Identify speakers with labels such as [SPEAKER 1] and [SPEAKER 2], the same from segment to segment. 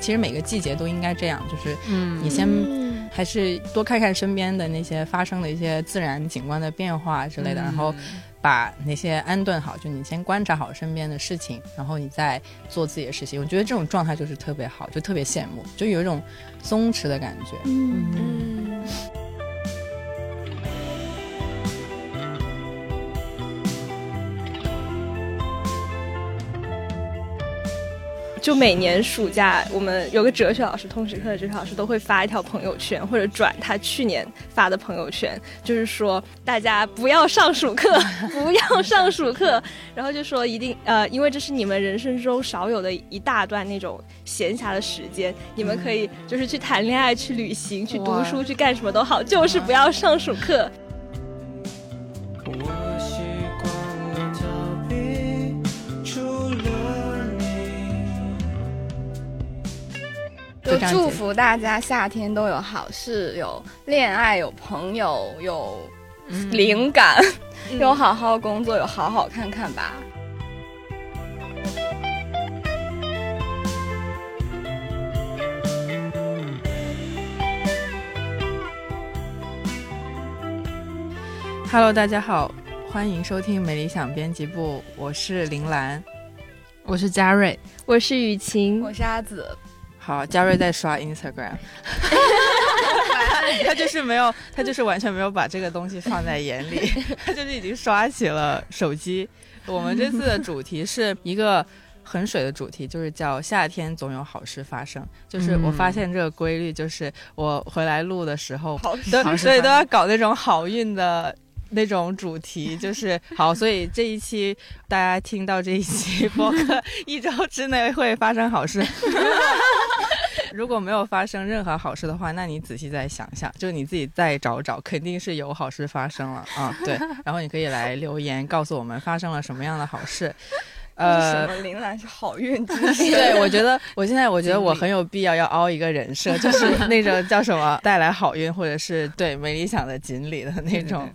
[SPEAKER 1] 其实每个季节都应该这样，就是你先
[SPEAKER 2] 嗯
[SPEAKER 1] 还是多看看身边的那些发生的一些自然景观的变化之类的，然后把那些安顿好，就你先观察好身边的事情，然后你再做自己的事情。我觉得这种状态就是特别好，就特别羡慕，就有一种松弛的感觉。
[SPEAKER 3] 嗯，就每年暑假，我们有个哲学老师，通识课的哲学老师都会发一条朋友圈，或者转他去年发的朋友圈，就是说大家不要上暑课，不要上暑课， 然后就说一定呃，因为这是你们人生中少有的一大段那种闲暇的时间，你们可以就是去谈恋爱、去旅行、去读书、去干什么都好，就是不要上暑课。
[SPEAKER 4] 我习惯了逃避，除了你。
[SPEAKER 1] 就
[SPEAKER 5] 就
[SPEAKER 1] 这样
[SPEAKER 5] 祝
[SPEAKER 1] 子
[SPEAKER 5] 福大家夏天都有好事，有恋爱，有朋友，有
[SPEAKER 1] 嗯
[SPEAKER 5] 灵感，
[SPEAKER 3] 嗯
[SPEAKER 5] 有好好工作，有好好看看吧。
[SPEAKER 1] Hello，大家好，欢迎收听《美理想编辑部》，我是林兰。
[SPEAKER 2] 我是嘉瑞，
[SPEAKER 3] 我是雨晴，
[SPEAKER 5] 我是阿紫，
[SPEAKER 1] 好，嘉瑞在刷 Instagram，他就是没有，他就是完全没有把这个东西放在眼里，他就是已经刷起了手机。我们这次的主题是一个很水的主题，就是叫夏天总有好事发生。就是我发现这个规律，就是我回来录的时候，都
[SPEAKER 2] 好事
[SPEAKER 1] 所以
[SPEAKER 2] 发
[SPEAKER 1] 都要搞那种好运的。那种主题就是好，所以这一期大家听到这一期播客，一周之内会发生好事。如果没有发生任何好事的话，那你仔细再想想，就你自己再找找，肯定是有好事发生了啊。对，然后你可以来留言告诉我们发生了什么样的好事。
[SPEAKER 5] 什
[SPEAKER 1] 呃，
[SPEAKER 5] 么铃兰是好运之
[SPEAKER 1] 对，我觉得我现在我觉得
[SPEAKER 2] 经历
[SPEAKER 1] 我很有必要要凹一个人设，就是 那种叫什么带来好运，或者是对没理想的锦鲤的那种
[SPEAKER 2] 对对。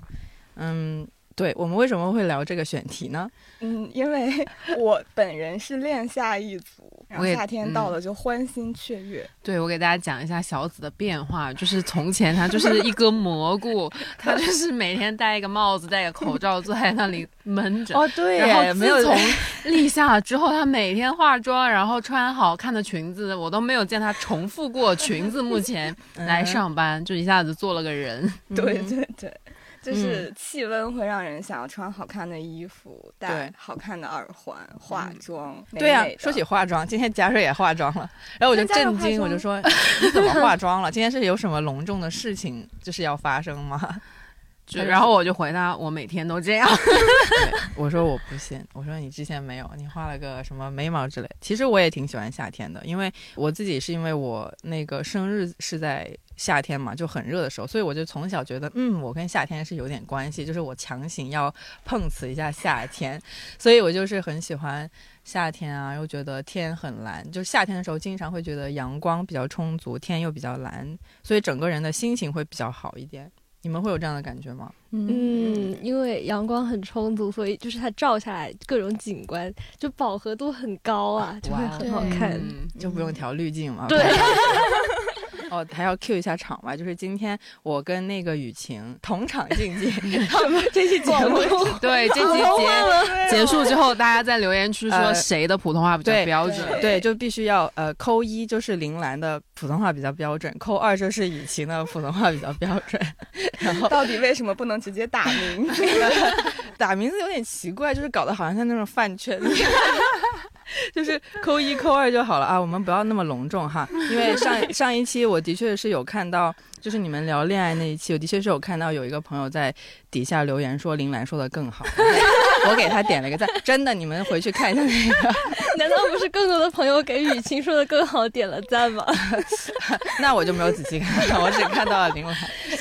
[SPEAKER 1] 嗯，对，我们为什么会聊这个选题呢？
[SPEAKER 5] 嗯，因为我本人是恋夏一族，然后
[SPEAKER 2] 我也
[SPEAKER 5] 夏
[SPEAKER 1] 嗯
[SPEAKER 5] 天到了就欢欣雀跃。
[SPEAKER 2] 对我给大家讲一下小紫的变化，就是从前她就是一个蘑菇，她就是每天戴一个帽子，戴个口罩，坐在那里闷着。，
[SPEAKER 1] 哦对
[SPEAKER 2] 然后
[SPEAKER 1] 没有
[SPEAKER 2] 哦自从立夏之后，她每天化妆，然后穿好看的裙子，我都没有见她重复过裙子。目前
[SPEAKER 1] 嗯
[SPEAKER 2] 来上班，就一下子做了个人。
[SPEAKER 5] 对对对，
[SPEAKER 1] 嗯
[SPEAKER 5] 就是气温会让人想要穿好看的衣服，戴
[SPEAKER 1] 对嗯
[SPEAKER 5] 好看的耳环，化妆。美
[SPEAKER 1] 对呀、
[SPEAKER 5] 美的
[SPEAKER 1] 说起化妆，今天嘉瑞也化妆了，然后我就
[SPEAKER 5] 今天嘉瑞
[SPEAKER 1] 震惊，
[SPEAKER 5] 化
[SPEAKER 1] 我
[SPEAKER 5] 妆
[SPEAKER 1] 就说 你怎么化妆了？今天是有什么隆重的事情就是要发生吗？
[SPEAKER 2] 就然后我就回答，我每天都这样。
[SPEAKER 1] 我说我不信，我说你之前没有，你画了个什么眉毛之类。其实我也挺喜欢夏天的，因为我自己是因为我那个生日是在夏天嘛，就很热的时候，所以我就从小觉得，嗯，我跟夏天是有点关系，就是我强行要碰瓷一下夏天，所以我就是很喜欢夏天啊，又觉得天很蓝，就是夏天的时候经常会觉得阳光比较充足，天又比较蓝，所以整个人的心情会比较好一点。你们会有这样的感觉吗？
[SPEAKER 3] 嗯，因为阳光很充足，所以就是它照下来各种景观就饱和度很高啊，就会很好看。
[SPEAKER 2] 嗯
[SPEAKER 1] 就不用调滤镜嘛。
[SPEAKER 3] 对，
[SPEAKER 1] 哦，还要 Q 一下场外，就是今天我跟那个雨晴同场竞技， 他们这期节目
[SPEAKER 2] 对，这集结结束之后，大家在留言区说
[SPEAKER 1] 呃
[SPEAKER 2] 谁的普通话比较
[SPEAKER 1] 对
[SPEAKER 2] 标准。
[SPEAKER 1] 对，就必须要呃扣一就是铃兰的普通话比较标准，扣二就是雨晴的普通话比较标准， 然后
[SPEAKER 5] 到底为什么不能直接打名 字？
[SPEAKER 1] 打名字有点奇怪，就是搞得好像像那种饭圈。 就是扣一扣二就好了啊，我们不要那么隆重哈，因为上上一期我的确是有看到，就是你们聊恋爱那一期，我的确是有看到有一个朋友在底下留言说林兰说的更好， 我给他点了个赞，真的，你们回去看一下那个，
[SPEAKER 3] 难道不是更多的朋友给雨晴说的更好点了赞吗？
[SPEAKER 1] 那我就没有仔细看，我只看到了林兰，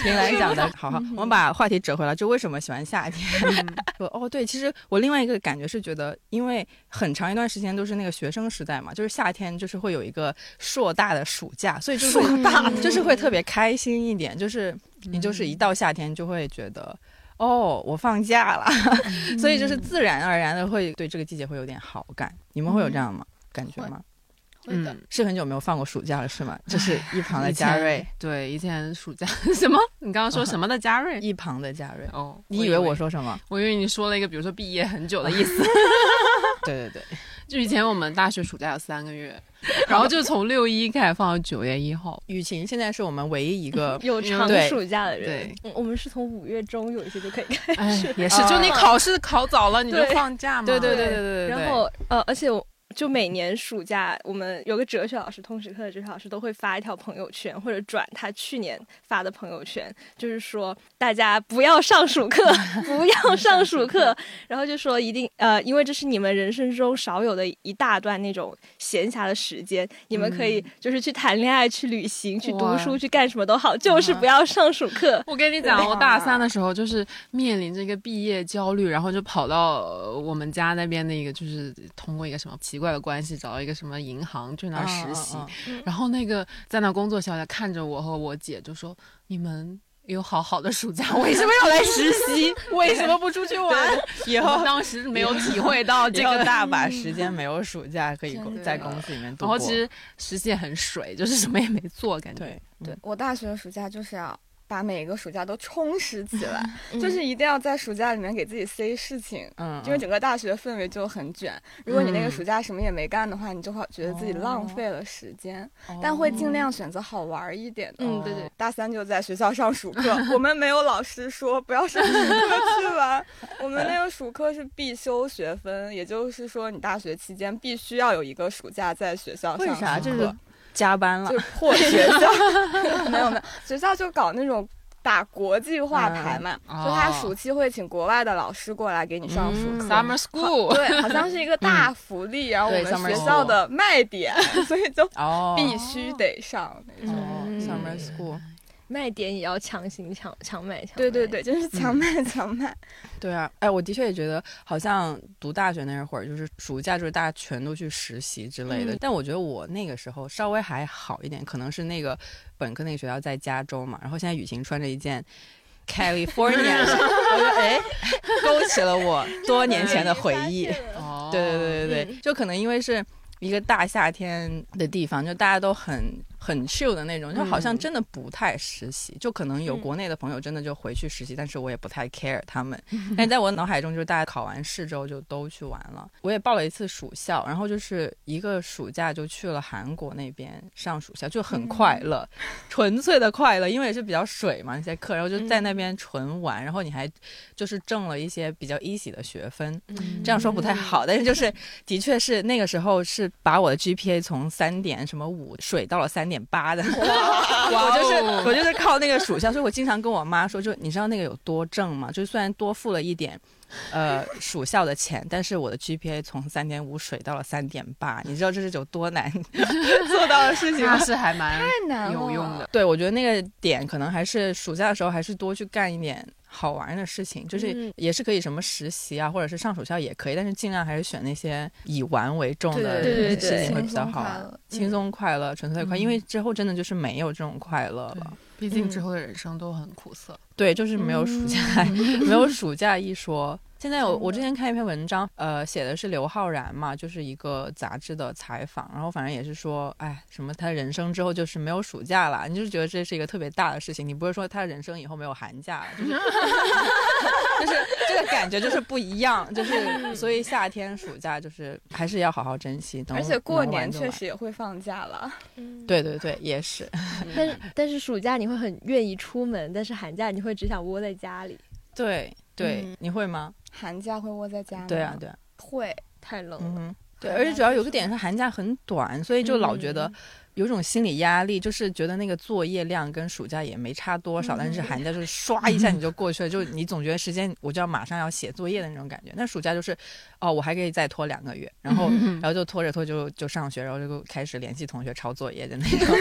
[SPEAKER 1] 林兰讲的好好，我们把话题折回来，就为什么喜欢夏天？
[SPEAKER 2] 嗯
[SPEAKER 1] 说哦，对，其实我另外一个感觉是觉得，因为很长一段时间都是那个学生时代嘛，就是夏天就是会有一个硕大的暑假，所以就是会就是会特别开心一点，就是你
[SPEAKER 2] 嗯
[SPEAKER 1] 就是一到夏天就会觉得。哦，我放假了，
[SPEAKER 2] 嗯
[SPEAKER 1] 所以就是自然而然的会对这个季节会有点好感。你们会有这样吗？感觉吗？
[SPEAKER 5] 会的。
[SPEAKER 2] 嗯
[SPEAKER 1] 是很久没有放过暑假了，是吗？这是一旁的
[SPEAKER 2] 以前
[SPEAKER 1] 嘉瑞，
[SPEAKER 2] 对，以前暑假 什么？你刚刚说什么的 嘉瑞？
[SPEAKER 1] 一旁的嘉瑞。
[SPEAKER 2] 哦，
[SPEAKER 1] 你以为我？说什 么？
[SPEAKER 2] 我以为你说了一个，比如说毕业很久的意思。
[SPEAKER 1] 对对对，
[SPEAKER 2] 就以前我们大学暑假有三个月，然后就从六一开始放到九月一号。
[SPEAKER 1] 雨晴现在是我们唯一一 个
[SPEAKER 3] 有长
[SPEAKER 1] 对
[SPEAKER 3] 暑假的人
[SPEAKER 2] 嗯对，
[SPEAKER 3] 嗯我们是从五月中有一些就可以开
[SPEAKER 2] 哎
[SPEAKER 3] 始，，
[SPEAKER 2] 也是，
[SPEAKER 1] 啊
[SPEAKER 2] 就你考试考早了，你就
[SPEAKER 3] 对
[SPEAKER 2] 放假嘛。
[SPEAKER 1] 对对对对对对
[SPEAKER 3] 然后呃，而且我就每年暑假，我们有个哲学老师，通识课的哲学老师都会发一条朋友圈，或者转他去年发的朋友圈，就是说大家不要上暑课，不要上暑课，然后就说一定呃，因为这是你们人生中少有的一大段那种闲暇的时间，你们可以就是去谈恋爱、去旅行、去读
[SPEAKER 2] 哇
[SPEAKER 3] 书、去干什么都好，就是不要上暑课。
[SPEAKER 2] 我跟你讲，我
[SPEAKER 1] 啊
[SPEAKER 2] 大三的时候就是面临这个毕业焦虑，然后就跑到呃我们家那边的一个，就是通过一个什么奇怪的关系找到一个什么银行去那儿实习，
[SPEAKER 1] 嗯嗯
[SPEAKER 2] 然后那个在那工作小姐看着我和我姐就说：“你们有好好的暑假，为什么要来实习？为什么不出去玩？”
[SPEAKER 1] 以
[SPEAKER 2] 我
[SPEAKER 1] 后
[SPEAKER 2] 们当时没有体会到这
[SPEAKER 1] 这
[SPEAKER 2] 个
[SPEAKER 1] 个 大把时间没有暑假可以
[SPEAKER 5] 真的
[SPEAKER 1] 在公司里面度过。
[SPEAKER 2] 然后其实实习也很水，就是什么也没做，感觉。
[SPEAKER 1] 对
[SPEAKER 5] 对，我大学的暑假就是要把每一个暑假都充实起 来，
[SPEAKER 3] 嗯
[SPEAKER 5] 就是一定要在暑假里面给自己塞事情。
[SPEAKER 1] 嗯，
[SPEAKER 5] 因为整个大学氛围就很卷，如果你那个暑假什么也没干的话，你就会觉得自己浪费了时间，但会尽量选择好玩一点的。
[SPEAKER 3] 嗯对对，
[SPEAKER 5] 大三就在学校上暑 课，我们没有老师说不要上暑课去玩，我们那个暑课是必修学分，也就是说你大学期间必须要有一个暑假在学校上
[SPEAKER 1] 为啥
[SPEAKER 5] 暑
[SPEAKER 1] 就
[SPEAKER 5] 课
[SPEAKER 1] 是加班了
[SPEAKER 5] 就？是破学 校，没有没有，学校就搞那种打国际化牌嘛，
[SPEAKER 2] 嗯
[SPEAKER 5] 就他
[SPEAKER 2] 哦
[SPEAKER 5] 暑期会请国外的老师过来给你
[SPEAKER 1] 嗯
[SPEAKER 5] 上暑课。
[SPEAKER 2] Summer School，
[SPEAKER 5] 对，好像是一个大福利，然后我
[SPEAKER 1] 对
[SPEAKER 5] 们
[SPEAKER 1] summer
[SPEAKER 5] 学校的卖点，所以就
[SPEAKER 1] 哦，
[SPEAKER 5] 必须得上那种。
[SPEAKER 1] 哦
[SPEAKER 3] 嗯
[SPEAKER 1] ，summer school。
[SPEAKER 3] 卖点也要强行抢抢买，强
[SPEAKER 5] 对对
[SPEAKER 3] 买
[SPEAKER 5] 对，真是
[SPEAKER 1] 嗯
[SPEAKER 5] 强卖强卖。
[SPEAKER 1] 对啊，哎，我的确也觉得，好像读大学那会儿，就是暑假，就是大家全都去实习之类的。
[SPEAKER 3] 嗯
[SPEAKER 1] 但我觉得我那个时候稍微还好一点，可能是那个本科那个学校在加州嘛，然后现在雨晴穿着一件 California，的 我觉得哎，勾起了我多年前的回忆。
[SPEAKER 2] 哦，
[SPEAKER 1] 对对对对对，就可能因为是一个大夏天的地方，就大家都很很 chill 的那种，就好像真的不太实习，就可能有国内的朋友真的就回去实习，但是我也不太 care 他们。但在我脑海中，就是大家考完试之后就都去玩了。我也报了一次暑校，然后就是一个暑假就去了韩国那边上暑校，就很快乐，纯粹的快乐，因为也是比较水嘛那些课，然后就在那边纯玩，然后你还就是挣了一些比较 easy 的学分。这样说不太好，但是就是的确是那个时候是把我的 GPA 从三点什么五水到了三点八的， 我就是我就是靠那个属相，所以我经常跟我妈说，就你知道那个有多挣吗？就虽然多付了一点。呃，属校的钱，但是我的 GPA 从三点五水到了三点八，你知道这是有多难 做到的事情吗
[SPEAKER 2] 那？是还蛮
[SPEAKER 5] 太难了，
[SPEAKER 2] 有用的。
[SPEAKER 1] 对，我觉得那个点可能还是暑假的时候，还是多去干一点好玩的事情，就是
[SPEAKER 3] 嗯
[SPEAKER 1] 也是可以什么实习啊，或者是上暑校也可以，但是尽量还是选那些以玩为重的
[SPEAKER 3] 对对对
[SPEAKER 1] 事情会
[SPEAKER 5] 轻
[SPEAKER 1] 比较
[SPEAKER 5] 松
[SPEAKER 1] 好
[SPEAKER 5] 快
[SPEAKER 1] 玩
[SPEAKER 5] 乐。。
[SPEAKER 1] 轻松快乐，纯粹快，
[SPEAKER 2] 嗯
[SPEAKER 1] 因为之后真的就是没有这种快乐了。
[SPEAKER 2] 毕竟
[SPEAKER 1] 嗯
[SPEAKER 2] 之后的人生都很苦涩。
[SPEAKER 1] 对，就是没有暑假，
[SPEAKER 5] 嗯
[SPEAKER 1] 没有暑假一说。现在我我之前看一篇文章，呃，写的是刘昊然嘛，就是一个杂志的采访，然后反正也是说，哎，什么他人生之后就是没有暑假了，你就觉得这是一个特别大的事情，你不是说他人生以后没有寒假了，就是 就是这个感觉就是不一样，
[SPEAKER 5] 嗯
[SPEAKER 1] 就是所以夏天暑假就是还是要好好珍惜，能
[SPEAKER 5] 而且过
[SPEAKER 1] 能
[SPEAKER 5] 年
[SPEAKER 1] 玩就
[SPEAKER 5] 确
[SPEAKER 1] 玩
[SPEAKER 5] 实也会放假了，
[SPEAKER 3] 嗯
[SPEAKER 1] 对对对，也是，
[SPEAKER 3] 但是但是暑假你会很愿意出门，但是寒假你会只想窝在家里，
[SPEAKER 1] 对对，
[SPEAKER 5] 嗯
[SPEAKER 1] 你会吗？
[SPEAKER 5] 寒假会窝在家吗？
[SPEAKER 1] 对啊，对啊。
[SPEAKER 5] 会。
[SPEAKER 3] 太冷
[SPEAKER 1] 嗯
[SPEAKER 3] 了。
[SPEAKER 1] 哼，对，而且主要有个点是嗯寒假很短，所以就老觉得有种心理压力，就是觉得那个作业量跟暑假也没差多少，但是寒假就是唰一下你就过去了，就你总觉得时间我就要马上要写作业的那种感觉。那暑假就是，哦，我还可以再拖两个月，然后然后就拖着拖就就上学，然后就开始联系同学抄作业的那 种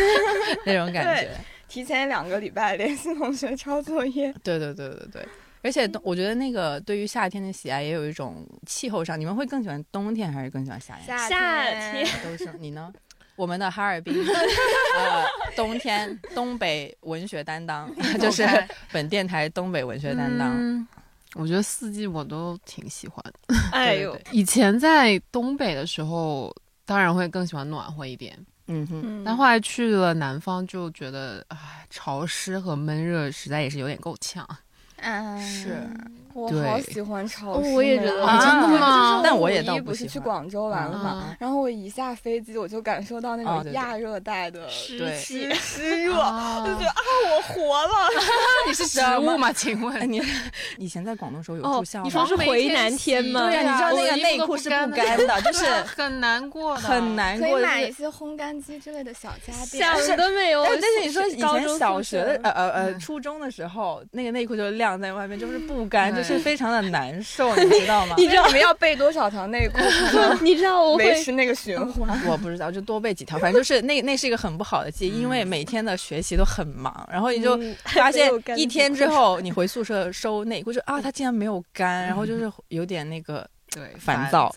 [SPEAKER 1] 那种感觉。
[SPEAKER 5] 提前两个礼拜联系同学抄作业，
[SPEAKER 1] 对嗯对对对对。而且冬我觉得那个对于夏天的喜爱也有一种气候上，你们会更喜欢冬天还是更喜欢夏天？
[SPEAKER 5] 夏
[SPEAKER 3] 夏天
[SPEAKER 1] 都是你呢？我们的哈尔 滨，呃，冬天东北文学担 当，就是本电台东北文学担当。
[SPEAKER 2] 嗯我觉得四季我都挺喜欢的。
[SPEAKER 3] 哎呦
[SPEAKER 1] 对，
[SPEAKER 2] 以前在东北的时候，当然会更喜欢暖和一点。
[SPEAKER 1] 嗯哼，
[SPEAKER 3] 嗯
[SPEAKER 2] 但后来去了南方，就觉得唉，潮湿和闷热实在也是有点够呛。
[SPEAKER 1] 啊
[SPEAKER 5] 嗯，
[SPEAKER 1] 是
[SPEAKER 5] 我
[SPEAKER 2] 对
[SPEAKER 5] 好喜欢潮
[SPEAKER 3] 哦
[SPEAKER 5] 湿、
[SPEAKER 3] 我也觉得
[SPEAKER 2] 啊真的吗
[SPEAKER 5] 就是
[SPEAKER 1] 但我
[SPEAKER 5] 五
[SPEAKER 1] 也
[SPEAKER 5] 一
[SPEAKER 1] 倒不
[SPEAKER 5] 不是
[SPEAKER 1] 喜
[SPEAKER 5] 去
[SPEAKER 1] 欢
[SPEAKER 5] 广州玩了嘛，
[SPEAKER 2] 嗯
[SPEAKER 5] 然后我一下飞机我就感受到那
[SPEAKER 1] 哦
[SPEAKER 5] 种
[SPEAKER 1] 对对
[SPEAKER 5] 亚热带的
[SPEAKER 1] 对
[SPEAKER 3] 湿气
[SPEAKER 5] 湿湿热，
[SPEAKER 2] 啊
[SPEAKER 5] 就觉得啊，我活了。
[SPEAKER 2] 那你是植物吗？请
[SPEAKER 1] 哎，
[SPEAKER 2] 问？
[SPEAKER 1] 你 以前在广东的时候有
[SPEAKER 3] 哦
[SPEAKER 1] 住校吗？
[SPEAKER 3] 你说是回南天吗
[SPEAKER 2] 对
[SPEAKER 1] 对啊，
[SPEAKER 2] 呀、
[SPEAKER 1] 你知道
[SPEAKER 2] 我
[SPEAKER 1] 那个
[SPEAKER 2] 的衣服
[SPEAKER 1] 内
[SPEAKER 2] 都
[SPEAKER 1] 裤是
[SPEAKER 2] 干
[SPEAKER 1] 不
[SPEAKER 2] 的
[SPEAKER 1] 干的， 就是
[SPEAKER 2] 对啊很难过
[SPEAKER 3] 哦
[SPEAKER 2] 的，
[SPEAKER 1] 很难过。就是哎
[SPEAKER 5] 些烘干机之类的小家
[SPEAKER 3] 想都没有。
[SPEAKER 1] 但但是你说以
[SPEAKER 3] 高
[SPEAKER 1] 前
[SPEAKER 3] 中
[SPEAKER 1] 小
[SPEAKER 3] 宿
[SPEAKER 1] 学
[SPEAKER 3] 舍
[SPEAKER 1] 的呃呃呃
[SPEAKER 2] 嗯
[SPEAKER 1] 初中的时候，那个内裤就晾在外面，就是不干，
[SPEAKER 2] 对
[SPEAKER 1] 就是非常的难 受，你知道吗？
[SPEAKER 5] 你知道你们要备多少条内裤才
[SPEAKER 1] 呃
[SPEAKER 5] 能
[SPEAKER 3] 你知道我
[SPEAKER 5] 维
[SPEAKER 3] 会
[SPEAKER 5] 持那个循环？
[SPEAKER 1] 我不知道，就多备几条，反正就是那那是一个很不好的记忆，因为每天的学习都很忙，然后你就
[SPEAKER 3] 嗯
[SPEAKER 1] 发现
[SPEAKER 3] 没有干
[SPEAKER 1] 一天之后，你回宿舍收内裤，就啊，它竟然没有干，然后
[SPEAKER 3] 嗯
[SPEAKER 1] 就是有点那个
[SPEAKER 2] 对
[SPEAKER 1] 烦躁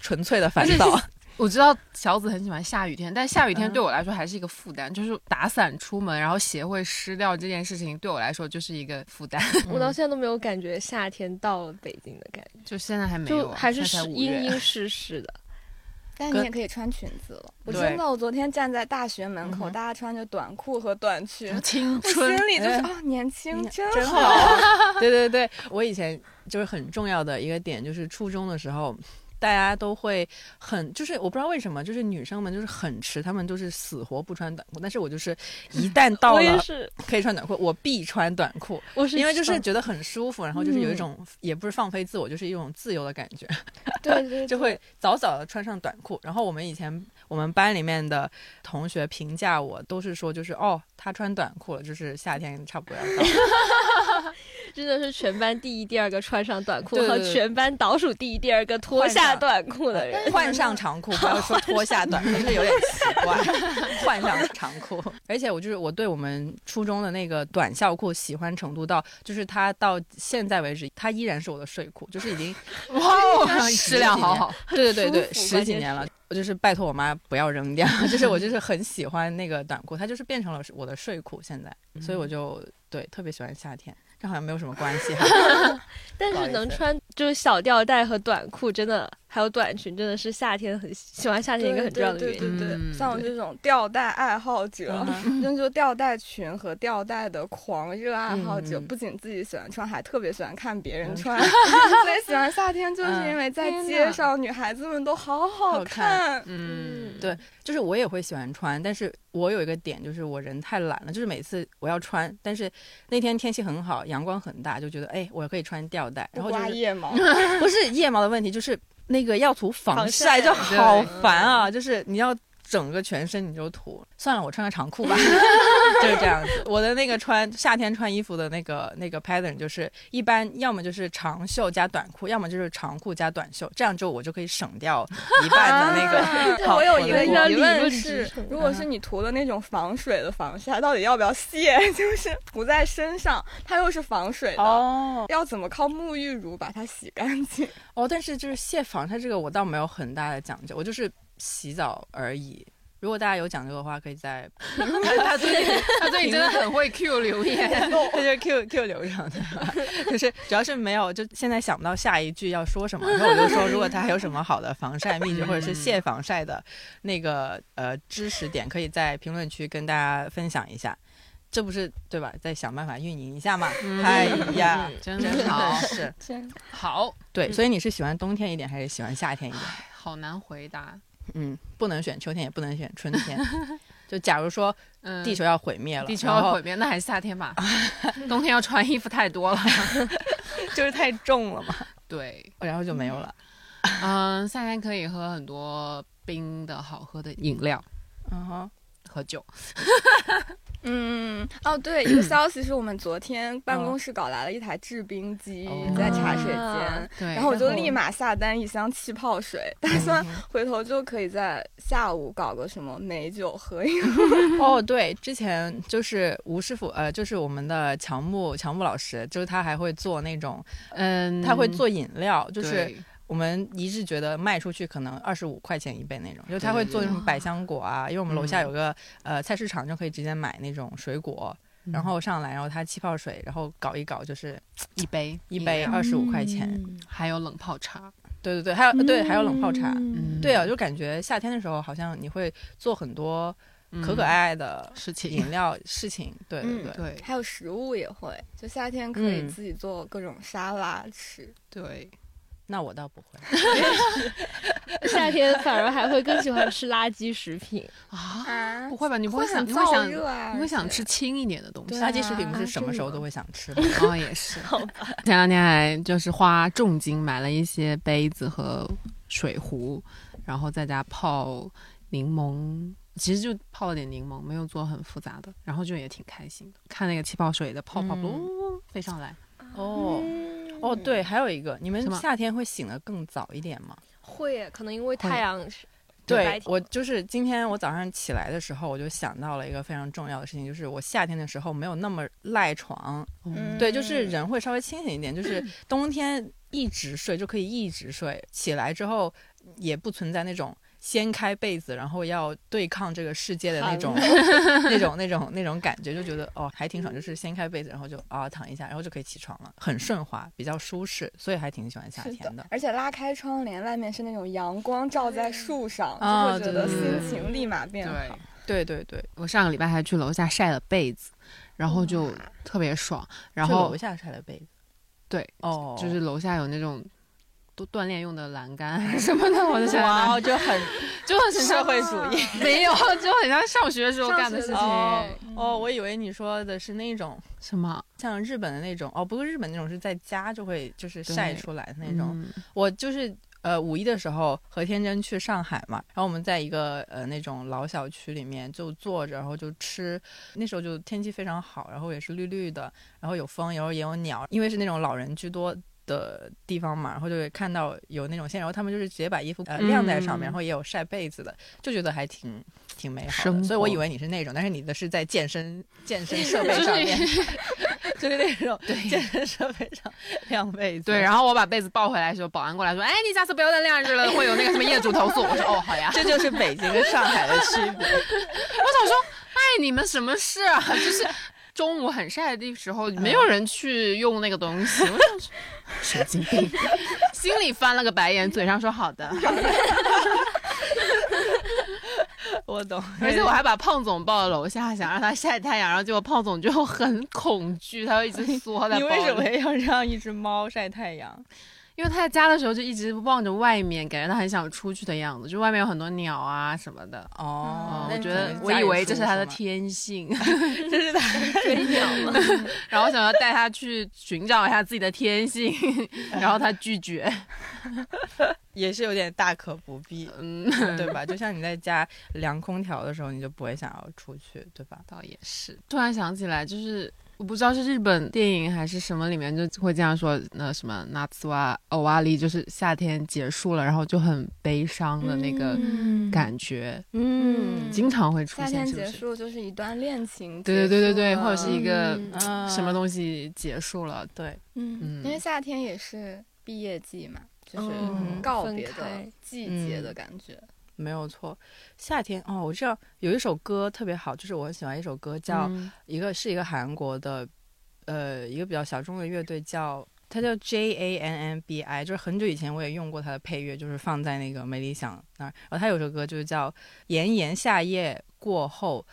[SPEAKER 1] 纯粹的烦 躁。
[SPEAKER 2] 我知道小紫很喜欢下雨天，但下雨天
[SPEAKER 1] 嗯
[SPEAKER 2] 对我来说还是一个负担，就是打伞出门，然后鞋会湿掉这件事情对我来说就是一个负担。
[SPEAKER 3] 我
[SPEAKER 1] 嗯
[SPEAKER 3] 到现在都没有感觉夏天到了北京的感觉，
[SPEAKER 2] 就现在还没有
[SPEAKER 3] 就
[SPEAKER 2] 啊，
[SPEAKER 3] 还是
[SPEAKER 2] 现
[SPEAKER 3] 湿
[SPEAKER 2] 在才五
[SPEAKER 3] 阴
[SPEAKER 2] 月
[SPEAKER 3] 阴湿湿的。
[SPEAKER 5] 但
[SPEAKER 1] 你跟也
[SPEAKER 5] 可以穿裙子了。我
[SPEAKER 1] 对
[SPEAKER 5] 真的，我昨天站在大学门
[SPEAKER 1] 嗯
[SPEAKER 5] 口，
[SPEAKER 1] 哼
[SPEAKER 5] 大家穿着短裤和短裙，
[SPEAKER 2] 青
[SPEAKER 5] 我心
[SPEAKER 2] 春。
[SPEAKER 5] 里就是
[SPEAKER 1] 哎
[SPEAKER 5] 啊，年轻
[SPEAKER 1] 嗯
[SPEAKER 5] 真
[SPEAKER 1] 真
[SPEAKER 5] 好。
[SPEAKER 1] 好。 对对对，我以前就是很重要的一个点，就是初中的时候。大家都会很，就是我不知道为什么，就是女生们就是很迟，她们就是死活不穿短裤。但是我就是 一旦到
[SPEAKER 3] 我也
[SPEAKER 1] 了
[SPEAKER 3] 是，
[SPEAKER 1] 可以穿短裤，我必穿短裤，
[SPEAKER 3] 我是嗯
[SPEAKER 1] 因为就是
[SPEAKER 3] 想
[SPEAKER 1] 觉得很舒服，然后就是有一种、也不是放飞自我，就是一种自由的感觉。
[SPEAKER 5] 对对对，
[SPEAKER 1] 就会早早的穿上短裤。然后我们以前我们班里面的同学评价我，都是说就是哦，他穿短裤了，就是夏天差不多要到了。
[SPEAKER 3] 真的是全班第一、第二个穿上短裤
[SPEAKER 1] 对
[SPEAKER 3] 和
[SPEAKER 1] 对对
[SPEAKER 3] 全班倒数第一、第二个脱下短裤的人。
[SPEAKER 1] 换上长裤，不要说脱下短裤，就是有点奇怪。换上长裤，而且我就是我对我们初中的那个短校裤喜欢程度到，就是它到现在为止，它依然是我的睡裤，就是已经
[SPEAKER 2] 哇，质量好好，
[SPEAKER 1] 对对对对，
[SPEAKER 3] 很舒服
[SPEAKER 1] 十几年了。我就是拜托我妈不要扔掉， 就是 我就是很喜欢那个短裤，它就是变成了我的睡裤，现在，
[SPEAKER 3] 嗯
[SPEAKER 1] 所以我就对特别喜欢夏天，这好像没有什么关系哈。
[SPEAKER 3] 但
[SPEAKER 1] 不好
[SPEAKER 3] 是
[SPEAKER 1] 意思
[SPEAKER 3] 能穿就是小吊带和短裤，真的还有短裙，真的是夏天很喜欢夏天一个很重要的原
[SPEAKER 5] 对
[SPEAKER 3] 因。
[SPEAKER 5] 对对
[SPEAKER 2] 嗯
[SPEAKER 5] 对，像我这种吊带爱好者，真就吊带裙和吊带的狂热爱好者，
[SPEAKER 1] 嗯
[SPEAKER 5] 不仅自己喜欢穿，还特别喜欢看别人
[SPEAKER 1] 嗯
[SPEAKER 5] 穿。 所以喜欢夏天，就是
[SPEAKER 1] 嗯
[SPEAKER 5] 因为在
[SPEAKER 2] 天哪
[SPEAKER 5] 街上女孩子们都好好
[SPEAKER 1] 好看
[SPEAKER 5] 看。
[SPEAKER 2] 嗯，
[SPEAKER 1] 对就是我也会喜欢穿，但是我有一个点就是我人太懒了，就是每次我要穿，但是那天天气很好，阳光很大，就觉得哎我可以穿吊带，然
[SPEAKER 5] 不
[SPEAKER 1] 后就
[SPEAKER 5] 刮
[SPEAKER 1] 是
[SPEAKER 5] 腋毛，
[SPEAKER 1] 不是腋毛的问题，就是那个要涂防
[SPEAKER 3] 防
[SPEAKER 1] 晒
[SPEAKER 3] 晒
[SPEAKER 1] 就好烦啊！就是你要整个全身你就涂，算了，我穿个 长裤吧，就是这样子。我的那个穿夏天穿衣服的那个那个 pattern 就是一般要么就是长袖加短裤，要么就是长裤加短袖，这样就我就可以省掉一半的那
[SPEAKER 5] 啊
[SPEAKER 1] 个。
[SPEAKER 5] 对
[SPEAKER 1] 好
[SPEAKER 5] 我有
[SPEAKER 1] 的
[SPEAKER 5] 一个
[SPEAKER 1] 锅
[SPEAKER 3] 比较
[SPEAKER 5] 疑
[SPEAKER 3] 理
[SPEAKER 5] 问
[SPEAKER 3] 论
[SPEAKER 5] 是
[SPEAKER 3] 支撑，
[SPEAKER 5] 如果是你涂的那种防水的防晒，到底要不要卸？ 就是涂在身上，它又是防水的，
[SPEAKER 1] 哦
[SPEAKER 5] 要怎么靠沐浴乳把它洗干净？
[SPEAKER 1] 哦，但是就是卸防晒这个我倒没有很大的讲究，我就是洗澡而已。如果大家有讲究的话，可以在他他对
[SPEAKER 2] 他对你真的很会 Q 留言，
[SPEAKER 1] 这 就是 Q Q 流程的，就是主要是没有，就现在想不到下一句要说什么，所以我就说，如果他还有什么好的防晒秘诀或者是
[SPEAKER 2] 嗯
[SPEAKER 1] 卸防晒的那个呃知识点，可以在评论区跟大家分享一下。这不是对吧？再想办法运营一下 嘛。哎呀，
[SPEAKER 2] 真
[SPEAKER 1] 真
[SPEAKER 2] 的好嗯
[SPEAKER 1] 的是
[SPEAKER 5] 真
[SPEAKER 2] 好
[SPEAKER 1] 对，所以你是喜欢冬天一点还是喜欢夏天一点？
[SPEAKER 2] 好难回答。
[SPEAKER 1] 嗯，不能选秋天，也不能选春天。就假如说
[SPEAKER 2] 嗯，
[SPEAKER 1] 地球要毁灭了，
[SPEAKER 2] 地球
[SPEAKER 1] 然
[SPEAKER 2] 要
[SPEAKER 1] 后
[SPEAKER 2] 毁灭，那还是夏天吧，冬天要穿衣服太多了。
[SPEAKER 1] 就是太重了 嘛，
[SPEAKER 2] 对，
[SPEAKER 1] 然后就没有了。
[SPEAKER 2] 嗯，夏天可以喝很多冰的好喝的饮料
[SPEAKER 1] 嗯哼，
[SPEAKER 2] 和酒。
[SPEAKER 5] 嗯，哦，对，一个消息是我们昨天办公室搞来了一台制冰机
[SPEAKER 1] 哦，
[SPEAKER 5] 在茶水
[SPEAKER 3] 啊
[SPEAKER 5] 间，
[SPEAKER 2] 对，
[SPEAKER 5] 然后我就
[SPEAKER 1] 然后
[SPEAKER 5] 立马下单一箱气泡水，打算回头就可以在下午搞个什么美酒喝一喝。
[SPEAKER 1] 哦，对，之前就是吴师傅，呃，就是我们的乔木乔木老师，就是他还会做那种，
[SPEAKER 2] 嗯，
[SPEAKER 1] 他会做饮料，就是
[SPEAKER 2] 对
[SPEAKER 1] 我们一致觉得卖出去可能二十五块钱一杯那种，就是他
[SPEAKER 2] 对
[SPEAKER 1] 会
[SPEAKER 2] 对
[SPEAKER 1] 做
[SPEAKER 2] 对
[SPEAKER 1] 那种百香果啊，因为我们楼下
[SPEAKER 2] 嗯
[SPEAKER 1] 有个、呃菜市场就可以直接买那种水果，
[SPEAKER 2] 嗯
[SPEAKER 1] 然后上来，然后他气泡水，然后搞一搞就是
[SPEAKER 2] 一杯嗯
[SPEAKER 1] 一杯
[SPEAKER 2] 饮料
[SPEAKER 3] 嗯
[SPEAKER 1] 二十五块钱，
[SPEAKER 2] 还有冷泡茶。
[SPEAKER 1] 对对对，还有对还有冷泡茶，
[SPEAKER 3] 嗯
[SPEAKER 1] 对啊，就感觉夏天的时候好像你会做很多可可爱爱的
[SPEAKER 2] 嗯事情
[SPEAKER 1] 饮，料事情，对对
[SPEAKER 5] 嗯
[SPEAKER 1] 对。
[SPEAKER 2] 对
[SPEAKER 5] 还有食物也会，就夏天可以
[SPEAKER 1] 嗯
[SPEAKER 5] 自己做各种沙拉吃。
[SPEAKER 2] 对，
[SPEAKER 1] 那我倒不会，
[SPEAKER 3] 夏天反而还会更喜欢吃垃圾食品，
[SPEAKER 2] 啊，
[SPEAKER 5] 啊
[SPEAKER 2] 不会吧？你不
[SPEAKER 5] 会
[SPEAKER 2] 想，
[SPEAKER 5] 很
[SPEAKER 2] 你会
[SPEAKER 5] 燥
[SPEAKER 2] 想，
[SPEAKER 5] 热啊，
[SPEAKER 2] 你会想
[SPEAKER 5] 而且
[SPEAKER 2] 吃轻一点的东西
[SPEAKER 5] 对啊
[SPEAKER 1] 垃圾食品不是什么时候都会想吃吗？
[SPEAKER 2] 哦，也是。前两天还就是花重金买了一些杯子和水壶，然后在家泡柠檬，其实就泡了点柠檬，没有做很复杂的，然后就也挺开心的。看那个气泡水的泡泡
[SPEAKER 1] 嗯
[SPEAKER 2] 噜、飞上来，
[SPEAKER 1] 哦
[SPEAKER 5] 嗯
[SPEAKER 1] 哦，对，还有一个，你们
[SPEAKER 2] 什么
[SPEAKER 1] 夏天会醒得更早一点吗？
[SPEAKER 3] 会耶可能因为太阳是白
[SPEAKER 1] 对
[SPEAKER 3] 天
[SPEAKER 1] 我就是今天我早上起来的时候，我就想到了一个非常重要的事情，就是我夏天的时候没有那么赖床，
[SPEAKER 2] 嗯，
[SPEAKER 1] 对，就是人会稍微清醒一点，就是冬天一直睡就可以一直睡，起来之后也不存在那种掀开被子然后要对抗这个世界的那种 那种那种那种感觉，就觉得哦还挺爽，就是掀开被子然后就啊躺一下，然后就可以起床了，很顺滑，比较舒适，所以还挺喜欢夏
[SPEAKER 5] 是
[SPEAKER 1] 天的。
[SPEAKER 5] 而且拉开窗帘，外面是那种阳光照在
[SPEAKER 3] 嗯
[SPEAKER 5] 树上，
[SPEAKER 1] 啊
[SPEAKER 5] 就会觉得
[SPEAKER 1] 对
[SPEAKER 2] 对对
[SPEAKER 5] 心情立马变好。
[SPEAKER 1] 对对对，
[SPEAKER 2] 我上个礼拜还去楼下晒了被子，然后就特别爽。然
[SPEAKER 1] 去
[SPEAKER 2] 后
[SPEAKER 1] 楼下晒的被子，
[SPEAKER 2] 对，
[SPEAKER 1] 哦，
[SPEAKER 2] 就是楼下有那种锻锻炼用的栏杆还是什么的，我就想
[SPEAKER 1] 哇，就很
[SPEAKER 2] 就很像
[SPEAKER 1] 主义。
[SPEAKER 2] 没有，就很像上学时候干的事情。
[SPEAKER 1] 哦 哦，我以为你说的是那种
[SPEAKER 2] 什么
[SPEAKER 1] 像日本的那种哦，不过日本那种是在家就会就是晒出来的那种。
[SPEAKER 2] 嗯
[SPEAKER 1] 我就是呃五一的时候和天真去上海嘛，然后我们在一个呃那种老小区里面就坐着，然后就吃。那时候就天气非常好，然后也是绿绿的，然后有风，然后也有鸟，因为是那种老人居多。的地方嘛，然后就会看到有那种线，然后他们就是直接把衣服呃
[SPEAKER 2] 嗯
[SPEAKER 1] 晾在上面，然后也有晒被子的，就觉得还挺挺美好
[SPEAKER 2] 生
[SPEAKER 1] 的。
[SPEAKER 2] 活
[SPEAKER 1] 所以我以为你是那种，但是你的是在健身健 身设备上面， 就是那种健身设备上晾被子。
[SPEAKER 2] 对，然后我把被子抱回来的时候，保安过来说：“哎，你下次不要再晾着了， 会有那个什么业主投诉。”我说：“哦，好呀。”
[SPEAKER 1] 这就是北京跟上海的区别。
[SPEAKER 2] 我想说，哎，你们什么事啊？就是中午很晒的时候，没有人去用那个东西， 我想说神经病，心里翻了个白眼，嘴上说好 的。
[SPEAKER 1] 我懂，
[SPEAKER 2] 而且我还把胖总抱到楼下，想让他晒太阳，然后结果胖总就很恐惧，他就一直缩 在
[SPEAKER 1] 你
[SPEAKER 2] 包
[SPEAKER 1] 为什么
[SPEAKER 2] 里
[SPEAKER 1] 要让一只猫晒太阳？
[SPEAKER 2] 因为他在家的时候就一直望着外面，感觉他很想出去的样子，就外面有很多鸟啊什么的。
[SPEAKER 1] 哦
[SPEAKER 2] 哦，我觉得我以为这是他的，天性，
[SPEAKER 1] 这是他
[SPEAKER 3] 追鸟嘛，
[SPEAKER 2] 然后想要带他去寻找一下自己的天性，然后他拒绝。
[SPEAKER 1] 也是有点大可不必，
[SPEAKER 2] 嗯，
[SPEAKER 1] 对吧？就像你在家凉空调的时候，你就不会想要出去，对吧？
[SPEAKER 2] 倒也是。突然想起来，就是我不知道是日本电影还是什么里面就会这样说，那什么那次哇欧哇里，就是夏天结束了，然后就很悲伤的那个
[SPEAKER 5] 嗯
[SPEAKER 2] 感觉，
[SPEAKER 5] 嗯
[SPEAKER 2] 经常会出
[SPEAKER 5] 夏天
[SPEAKER 2] 现，是不
[SPEAKER 5] 结
[SPEAKER 2] 是？
[SPEAKER 5] 束就是一段恋情，
[SPEAKER 2] 对对对对对，或者是一个
[SPEAKER 3] 嗯
[SPEAKER 1] 嗯
[SPEAKER 2] 什么东西结束了，
[SPEAKER 1] 对，
[SPEAKER 5] 嗯
[SPEAKER 2] 嗯，
[SPEAKER 5] 因为夏天也是毕业季嘛，就是
[SPEAKER 1] 嗯
[SPEAKER 5] 告别
[SPEAKER 3] 分
[SPEAKER 5] 的
[SPEAKER 3] 开
[SPEAKER 5] 季
[SPEAKER 2] 嗯
[SPEAKER 5] 节的感觉。
[SPEAKER 1] 没有错。夏天哦，我知道有一首歌特别好，就是我很喜欢一首歌叫
[SPEAKER 2] 嗯
[SPEAKER 1] 一个是一个韩国的，呃，一个比较小众的乐队叫。它叫 J A N N B I，就是很久以前我也用过它的配乐，就是放在那个美理想那儿。然后它有首歌就是叫《炎炎夏夜过后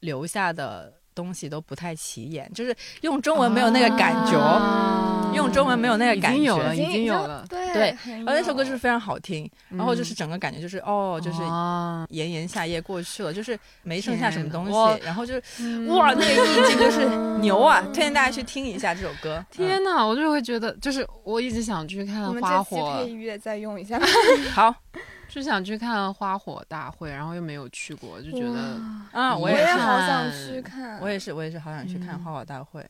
[SPEAKER 1] 留下的东西都不太起眼》，就是用中文没有那个感觉，
[SPEAKER 2] 啊
[SPEAKER 1] 用中文没有那个
[SPEAKER 2] 已
[SPEAKER 1] 感
[SPEAKER 2] 经
[SPEAKER 1] 觉。
[SPEAKER 2] 有了，已经
[SPEAKER 5] 已
[SPEAKER 2] 有了。嗯
[SPEAKER 5] 对
[SPEAKER 1] 对
[SPEAKER 5] 很
[SPEAKER 1] 然后那首歌就是
[SPEAKER 5] 有
[SPEAKER 1] 非常好听，然后就是整个感觉就是哦，就是
[SPEAKER 2] 啊
[SPEAKER 1] 炎炎夏夜过去了，就是没剩下什么东
[SPEAKER 2] 天哪
[SPEAKER 1] 西，然后就是
[SPEAKER 2] 嗯
[SPEAKER 1] 哇，那个意境就是牛啊！推荐大家去听一下这首歌。嗯
[SPEAKER 2] 天呐，我就会觉得，就是我一直想去
[SPEAKER 5] 我
[SPEAKER 2] 看
[SPEAKER 5] 们
[SPEAKER 2] 花
[SPEAKER 5] 这期
[SPEAKER 2] 火啊
[SPEAKER 5] 配，乐再用一下，
[SPEAKER 1] 嗯好
[SPEAKER 2] 就想去看花火大会，然后又没有去过，就觉得
[SPEAKER 1] 啊，
[SPEAKER 2] 遗
[SPEAKER 1] 我
[SPEAKER 5] 我
[SPEAKER 1] 也
[SPEAKER 5] 也
[SPEAKER 1] 是，
[SPEAKER 5] 好想去看，
[SPEAKER 1] 我也是，我也是好想去看
[SPEAKER 2] 嗯
[SPEAKER 1] 花火大会。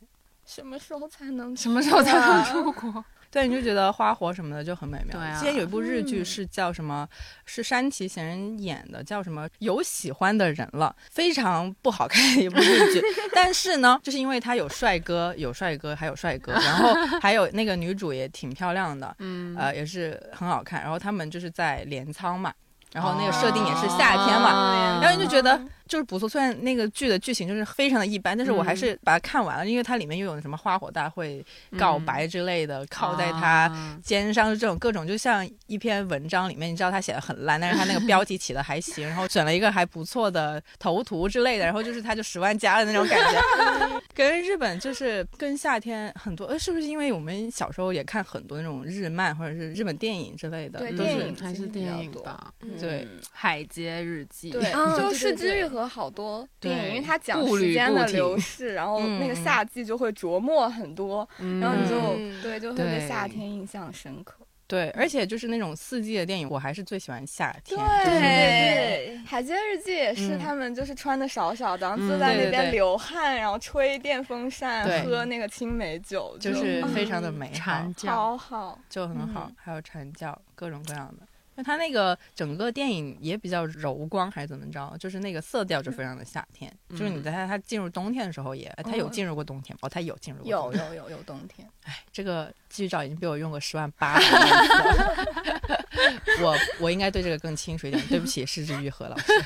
[SPEAKER 5] 什么时候才能去
[SPEAKER 2] 什么时候才能出 国？
[SPEAKER 1] 对，你就觉得花火什么的就很美妙。
[SPEAKER 2] 对啊嗯
[SPEAKER 1] 之前有一部日剧是叫什么？是山崎贤人演的，叫什么？有喜欢的人了，非常不好看的一部日 剧。但是呢，就是因为它有帅哥，有帅哥，还有帅 哥，然后还有那个女主也挺漂亮的，
[SPEAKER 2] 嗯，
[SPEAKER 1] 呃，也是很好看。然后他们就是在镰仓嘛，然后那个设定也是夏天嘛，
[SPEAKER 2] 啊
[SPEAKER 5] 嗯
[SPEAKER 1] 然后你就觉得就是不错。虽然那个剧的剧情就是非常的一般，但是我
[SPEAKER 5] 嗯
[SPEAKER 1] 还是把它看完了，因为它里面又有什么花火大会、
[SPEAKER 5] 嗯
[SPEAKER 1] 告白之类的，靠在他
[SPEAKER 2] 啊
[SPEAKER 1] 肩上这种各种，就像一篇文章里面，你知道他写的很烂，但是他那个标题起的还行，然后选了一个还不错的头图之类的，然后就是他就十万加的那种感觉。 跟日本就是跟夏天很多，呃，是不是因为我们小时候也看很多那种日漫或者是日本电影之类的，
[SPEAKER 5] 对
[SPEAKER 1] 都
[SPEAKER 5] 电
[SPEAKER 1] 是
[SPEAKER 5] 影
[SPEAKER 2] 还是
[SPEAKER 5] 其实比
[SPEAKER 2] 电
[SPEAKER 5] 较
[SPEAKER 2] 影
[SPEAKER 5] 多
[SPEAKER 2] 吧，《
[SPEAKER 5] 嗯
[SPEAKER 1] 对
[SPEAKER 2] 海街日记》
[SPEAKER 5] 对，
[SPEAKER 3] 啊
[SPEAKER 5] 就
[SPEAKER 3] 对
[SPEAKER 5] 《失
[SPEAKER 3] 对
[SPEAKER 5] 之
[SPEAKER 3] 对
[SPEAKER 5] 愈合》好多
[SPEAKER 2] 对
[SPEAKER 5] 电影，因为它讲
[SPEAKER 2] 步
[SPEAKER 5] 时
[SPEAKER 2] 履
[SPEAKER 5] 间
[SPEAKER 2] 不
[SPEAKER 5] 的
[SPEAKER 2] 停
[SPEAKER 5] 流逝，然后那个
[SPEAKER 1] 嗯
[SPEAKER 5] 夏季就会琢磨很多，
[SPEAKER 2] 嗯，
[SPEAKER 5] 然后你就、
[SPEAKER 3] 嗯
[SPEAKER 5] 对就会对夏
[SPEAKER 2] 对
[SPEAKER 5] 天印象深刻。
[SPEAKER 1] 对，而且就是那种四季的电影，我还是最喜欢夏天。
[SPEAKER 5] 对
[SPEAKER 1] 就是那
[SPEAKER 5] 对，《海街日记》也是
[SPEAKER 1] 嗯
[SPEAKER 5] 他们就是穿的少少的，然后
[SPEAKER 2] 嗯
[SPEAKER 5] 坐在那
[SPEAKER 1] 对对对
[SPEAKER 5] 边流汗，然后吹电风扇
[SPEAKER 1] 对，
[SPEAKER 5] 喝那个青梅酒，啊
[SPEAKER 1] 就是
[SPEAKER 5] 嗯
[SPEAKER 1] 非常的美好，
[SPEAKER 2] 蝉叫，
[SPEAKER 5] 好好。
[SPEAKER 1] 就很好。还有蝉叫，各种各样的。那它那个整个电影也比较柔光，还是怎么着？就是那个色调就非常的夏天，
[SPEAKER 2] 嗯
[SPEAKER 1] 就是你在它它进入冬天的时候也，它有进入过冬天吗？哦，它有进入过冬
[SPEAKER 5] 有
[SPEAKER 1] 天。
[SPEAKER 5] 有有有冬天，
[SPEAKER 1] 这个剧照已经被我用过十万八了，我我应该对这个更清楚一点。对不起，失之愈合老师。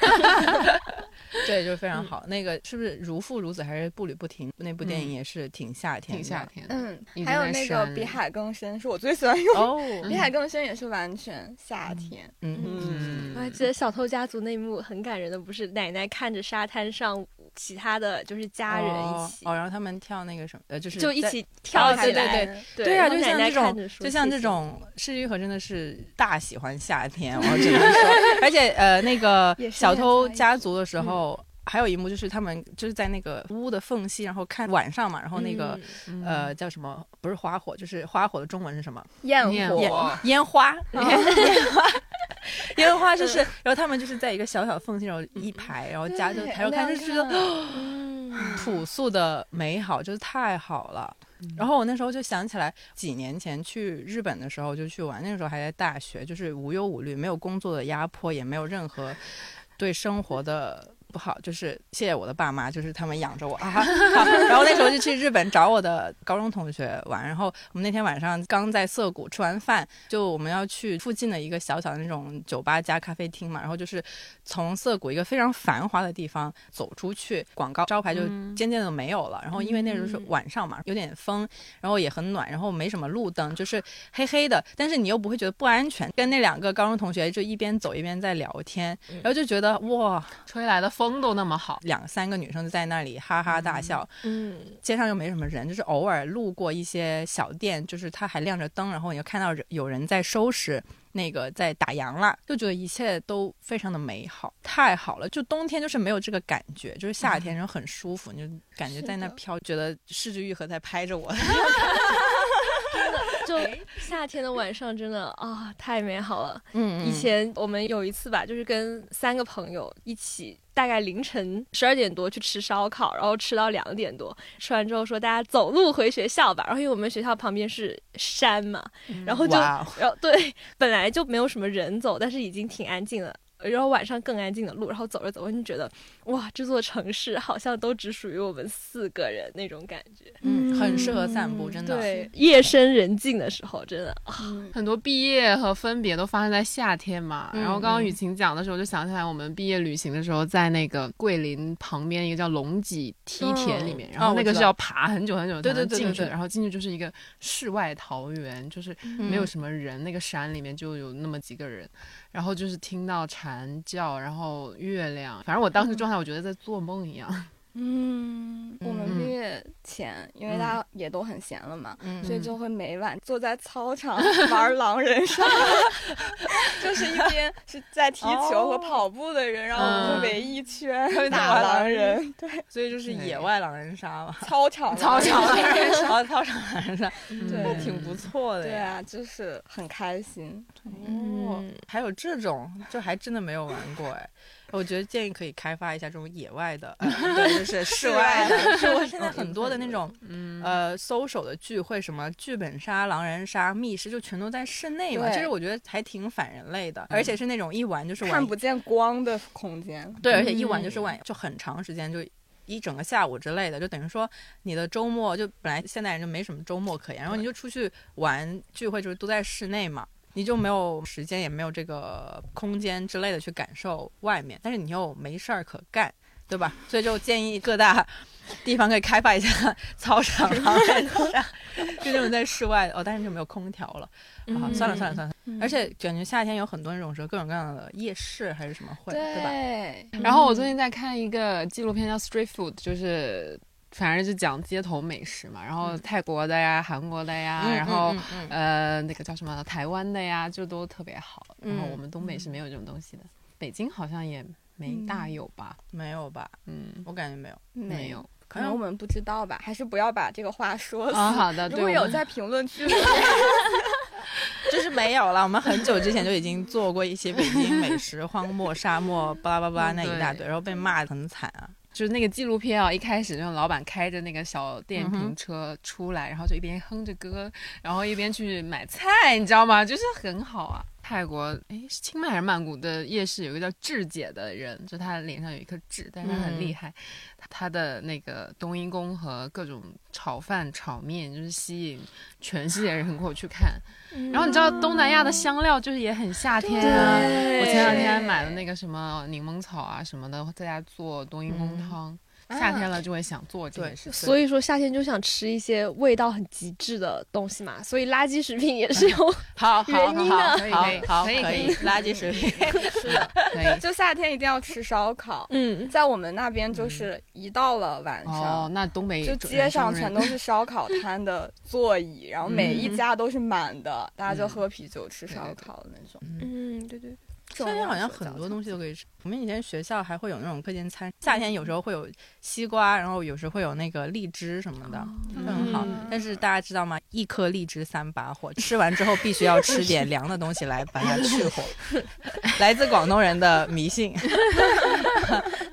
[SPEAKER 1] 对，就非常好。那个是不是如父如子还是步履不停？那部电影也是挺夏天的，
[SPEAKER 2] 挺夏天的。
[SPEAKER 5] 嗯
[SPEAKER 2] 已，经
[SPEAKER 5] 还有
[SPEAKER 2] 在
[SPEAKER 5] 那
[SPEAKER 2] 山
[SPEAKER 5] 个
[SPEAKER 2] 里
[SPEAKER 5] 比海更深是我最喜欢用，
[SPEAKER 1] 哦，
[SPEAKER 5] 比海更深也是完全夏天，
[SPEAKER 1] 嗯嗯，
[SPEAKER 3] 我还记得《小偷家族》那一幕很感人的，不是奶奶看着沙滩上嗯其他的就是家人一起，
[SPEAKER 1] 哦，哦然后他们跳那个什么，呃，就是
[SPEAKER 3] 就一
[SPEAKER 1] 在。
[SPEAKER 3] 起跳
[SPEAKER 1] 哦
[SPEAKER 3] 起
[SPEAKER 1] 对对对
[SPEAKER 3] 来。对
[SPEAKER 1] 对
[SPEAKER 3] 然
[SPEAKER 1] 啊，
[SPEAKER 3] 后
[SPEAKER 1] 就像
[SPEAKER 3] 奶奶
[SPEAKER 1] 这
[SPEAKER 3] 看
[SPEAKER 1] 种
[SPEAKER 3] 着，说
[SPEAKER 1] 就像
[SPEAKER 3] 谢
[SPEAKER 1] 这
[SPEAKER 3] 谢
[SPEAKER 1] 种，施玉和真的是大喜欢夏天，我只能说。而且呃，那个
[SPEAKER 5] 也是
[SPEAKER 1] 小
[SPEAKER 5] 在
[SPEAKER 1] 偷
[SPEAKER 5] 家一
[SPEAKER 1] 家族的时候，还有一幕就是他们就是在那个屋的缝隙，然后看晚上嘛，然后那个、
[SPEAKER 2] 嗯
[SPEAKER 1] 呃叫什么？不是花火，就是花火的中文是什么？
[SPEAKER 5] 焰
[SPEAKER 2] 焰
[SPEAKER 5] 火
[SPEAKER 1] 烟烟花， 烟花，烟花就是，然后他们就是在一个小小缝隙，然后一排，然后家就
[SPEAKER 5] 对
[SPEAKER 1] 抬头看，就觉
[SPEAKER 5] 亮
[SPEAKER 1] 得
[SPEAKER 5] 亮
[SPEAKER 1] 朴素的美好就是太好了。然后我那时候就想起来，几年前去日本的时候就去玩，那个时候还在大学，就是无忧无虑，没有工作的压迫，也没有任何对生活的不好，就是谢谢我的爸妈，就是他们养着我啊。好然后那时候就去日本找我的高中同学玩，然后我们那天晚上刚在涩谷吃完饭，就我们要去附近的一个小小的那种酒吧加咖啡厅嘛，然后就是从涩谷一个非常繁华的地方走出去，广告招牌就渐渐的没有了。然后因为那时候是晚上嘛，有点风，然后也很暖，然后没什么路灯，就是黑黑的，但是你又不会觉得不安全。跟那两个高中同学就一边走一边在聊天，然后就觉得哇，
[SPEAKER 2] 吹来的风都那么好，
[SPEAKER 1] 两三个女生就在那里哈哈大笑，
[SPEAKER 3] 嗯，
[SPEAKER 1] 街上又没什么人，就是偶尔路过一些小店，就是它还亮着灯，然后你就看到人有人在收拾。那个在打烊了，就觉得一切都非常的美好，太好了。就冬天就是没有这个感觉，就是夏天然后很舒服，你就感觉在那
[SPEAKER 5] 是的
[SPEAKER 1] 飘，觉得失之愈合在拍着我。
[SPEAKER 3] 就
[SPEAKER 1] 哎
[SPEAKER 3] 夏天的晚上真的啊、太美好了。
[SPEAKER 1] 嗯
[SPEAKER 3] 以前我们有一次吧，就是跟三个朋友一起，大概凌晨十二点多去吃烧烤，然后吃到两点多，吃完之后说大家走路回学校吧。然后因为我们学校旁边是山嘛，然后就
[SPEAKER 1] 哇哦，
[SPEAKER 3] 然后对，本来就没有什么人走，但是已经挺安静了。然后晚上更安静的路，然后走着走着，你觉得哇，这座城市好像都只属于我们四个人那种感觉。
[SPEAKER 1] 嗯，很适合散步，真的。
[SPEAKER 3] 对，夜深人静的时候，真的啊
[SPEAKER 5] 嗯
[SPEAKER 2] 很多毕业和分别都发生在夏天嘛。
[SPEAKER 1] 嗯
[SPEAKER 2] 然后刚刚雨晴讲的时候，就想起来我们毕业旅行的时候，在那个桂林旁边一个叫龙脊梯田里面，然后那
[SPEAKER 1] 哦我
[SPEAKER 2] 个
[SPEAKER 1] 知
[SPEAKER 2] 是
[SPEAKER 1] 道
[SPEAKER 2] 要爬很久很久才
[SPEAKER 1] 对对
[SPEAKER 2] 能
[SPEAKER 1] 对
[SPEAKER 2] 进
[SPEAKER 1] 对
[SPEAKER 2] 去的，
[SPEAKER 1] 对
[SPEAKER 2] 然后进去就是一个世外桃源，就是没
[SPEAKER 1] 嗯
[SPEAKER 2] 有什么人，那个山里面就有那么几个人，然后就是听到蝉叫，然后月亮，反正我
[SPEAKER 1] 嗯
[SPEAKER 2] 当时状态我觉得在做梦一样。
[SPEAKER 5] 嗯，我们
[SPEAKER 2] 嗯
[SPEAKER 5] 毕业前，因为大家也都很闲了嘛，
[SPEAKER 1] 嗯
[SPEAKER 5] 所以就会每晚坐在操场玩狼人杀，就是一边是在踢球和跑步的人，然后我们就围一圈打狼人，对，
[SPEAKER 1] 所以就是
[SPEAKER 2] 对
[SPEAKER 1] 野外狼人杀嘛，
[SPEAKER 5] 操场
[SPEAKER 2] 操场
[SPEAKER 5] 狼人
[SPEAKER 1] 然后操场狼人杀，那
[SPEAKER 5] 对
[SPEAKER 1] 嗯挺不错的
[SPEAKER 5] 对
[SPEAKER 1] 呀。
[SPEAKER 5] 啊，嗯就是很开心。哎
[SPEAKER 1] 哦，还有这种，就还真的没有玩过哎。我觉得建议可以开发一下这种野外的， 呃对，就是室外的。室外现在很多的那种，
[SPEAKER 5] 嗯
[SPEAKER 1] 呃，social 的聚会，什么剧本杀、狼人杀、密室，就全都在室内嘛。
[SPEAKER 5] 对嗯
[SPEAKER 1] 其实我觉得还挺反人类的，而且是那种一玩就是玩
[SPEAKER 5] 看不见光的空间，
[SPEAKER 1] 对，而且一玩就是玩就很长时间，就一整个下午之类的，就等于说你的周末就本来现代人就没什么周末可言，然后你就出去玩聚会，就是都在室内嘛。你就没有时间，也没有这个空间之类的去感受外面，但是你又没事儿可干，对吧？所以就建议各大地方可以开发一下操场啊，外头上就那种在室外的哦，但是就没有空调了。
[SPEAKER 3] 嗯
[SPEAKER 1] 啊，算了算了算了，而且感觉夏天有很多那种说各种各样的夜市还是什么会，对吧？
[SPEAKER 2] 对。然后我最近在看一个纪录片叫《Street Food》，就是反正就讲街头美食嘛，然后泰国的呀、韩国的呀，
[SPEAKER 1] 嗯
[SPEAKER 2] 然后
[SPEAKER 1] 嗯嗯嗯
[SPEAKER 2] 呃那个叫什么台湾的呀，就都特别好。然后
[SPEAKER 1] 嗯
[SPEAKER 2] 我们东北是没有这种东西的，北京好像也没大有吧？
[SPEAKER 1] 没有吧？
[SPEAKER 2] 嗯，
[SPEAKER 1] 我感觉没有。
[SPEAKER 2] 没有。
[SPEAKER 5] 嗯可能我们不知道吧，还是不要把这个话说死。
[SPEAKER 2] 啊，好的，
[SPEAKER 5] 如
[SPEAKER 2] 对，
[SPEAKER 5] 果
[SPEAKER 2] 我
[SPEAKER 5] 有
[SPEAKER 2] 们
[SPEAKER 5] 在评论区，
[SPEAKER 1] 就是没有了。我们很久之前就已经做过一些北京美 食、荒漠、沙漠、巴拉巴拉那一大堆，然后被骂得很惨啊。
[SPEAKER 2] 就是那个纪录片啊，一开始那种老板开着那个小电
[SPEAKER 1] 嗯
[SPEAKER 2] 瓶
[SPEAKER 1] 哼
[SPEAKER 2] 车出来，然后就一边哼着歌，然后一边去买菜，你知道吗？就是很好啊。泰国诶，是清迈还是曼谷的夜市有一个叫智姐的人，就她脸上有一颗痣，但是她很厉
[SPEAKER 1] 嗯
[SPEAKER 2] 害。她她的那个冬阴功和各种炒饭、炒面，就是吸引全世界人过去看。
[SPEAKER 1] 嗯
[SPEAKER 2] 然后你知道东南亚的香料就是也很夏天啊，我前两天买了那个什么柠檬草啊什么的，在家做冬阴
[SPEAKER 1] 嗯
[SPEAKER 2] 功汤。
[SPEAKER 1] 啊
[SPEAKER 2] 夏天了就会想做这 件事，
[SPEAKER 3] 所以说夏天就想吃一些味道很极致的东西嘛，所以垃圾食品也 是有。
[SPEAKER 1] 好好
[SPEAKER 3] 原因呢
[SPEAKER 1] 好，
[SPEAKER 2] 可以
[SPEAKER 1] 好
[SPEAKER 2] 可以
[SPEAKER 1] 好
[SPEAKER 2] 可以
[SPEAKER 1] 以，垃圾食品。
[SPEAKER 2] 可 以。
[SPEAKER 5] 就夏天一定要吃烧烤。
[SPEAKER 3] 嗯，
[SPEAKER 5] 在我们那边就是一到了晚
[SPEAKER 2] 哦
[SPEAKER 5] 上，，
[SPEAKER 2] 那东北
[SPEAKER 5] 就街上全都是烧烤摊的座 椅，然后每一家都是满的，大家就喝啤酒吃烧烤的那种。
[SPEAKER 3] 嗯，对对，
[SPEAKER 1] 夏天好像很多东西都可以吃。我们以前学校还会有那种课间餐，夏天有时候会有西瓜，然后有时候会有那个荔枝什么的，
[SPEAKER 3] 嗯
[SPEAKER 1] 就很嗯好。
[SPEAKER 5] 嗯
[SPEAKER 1] 但是大家知道吗？一颗荔枝三把火，吃完之后必须要吃点凉的东西来把它去 火。来自广东人的迷信，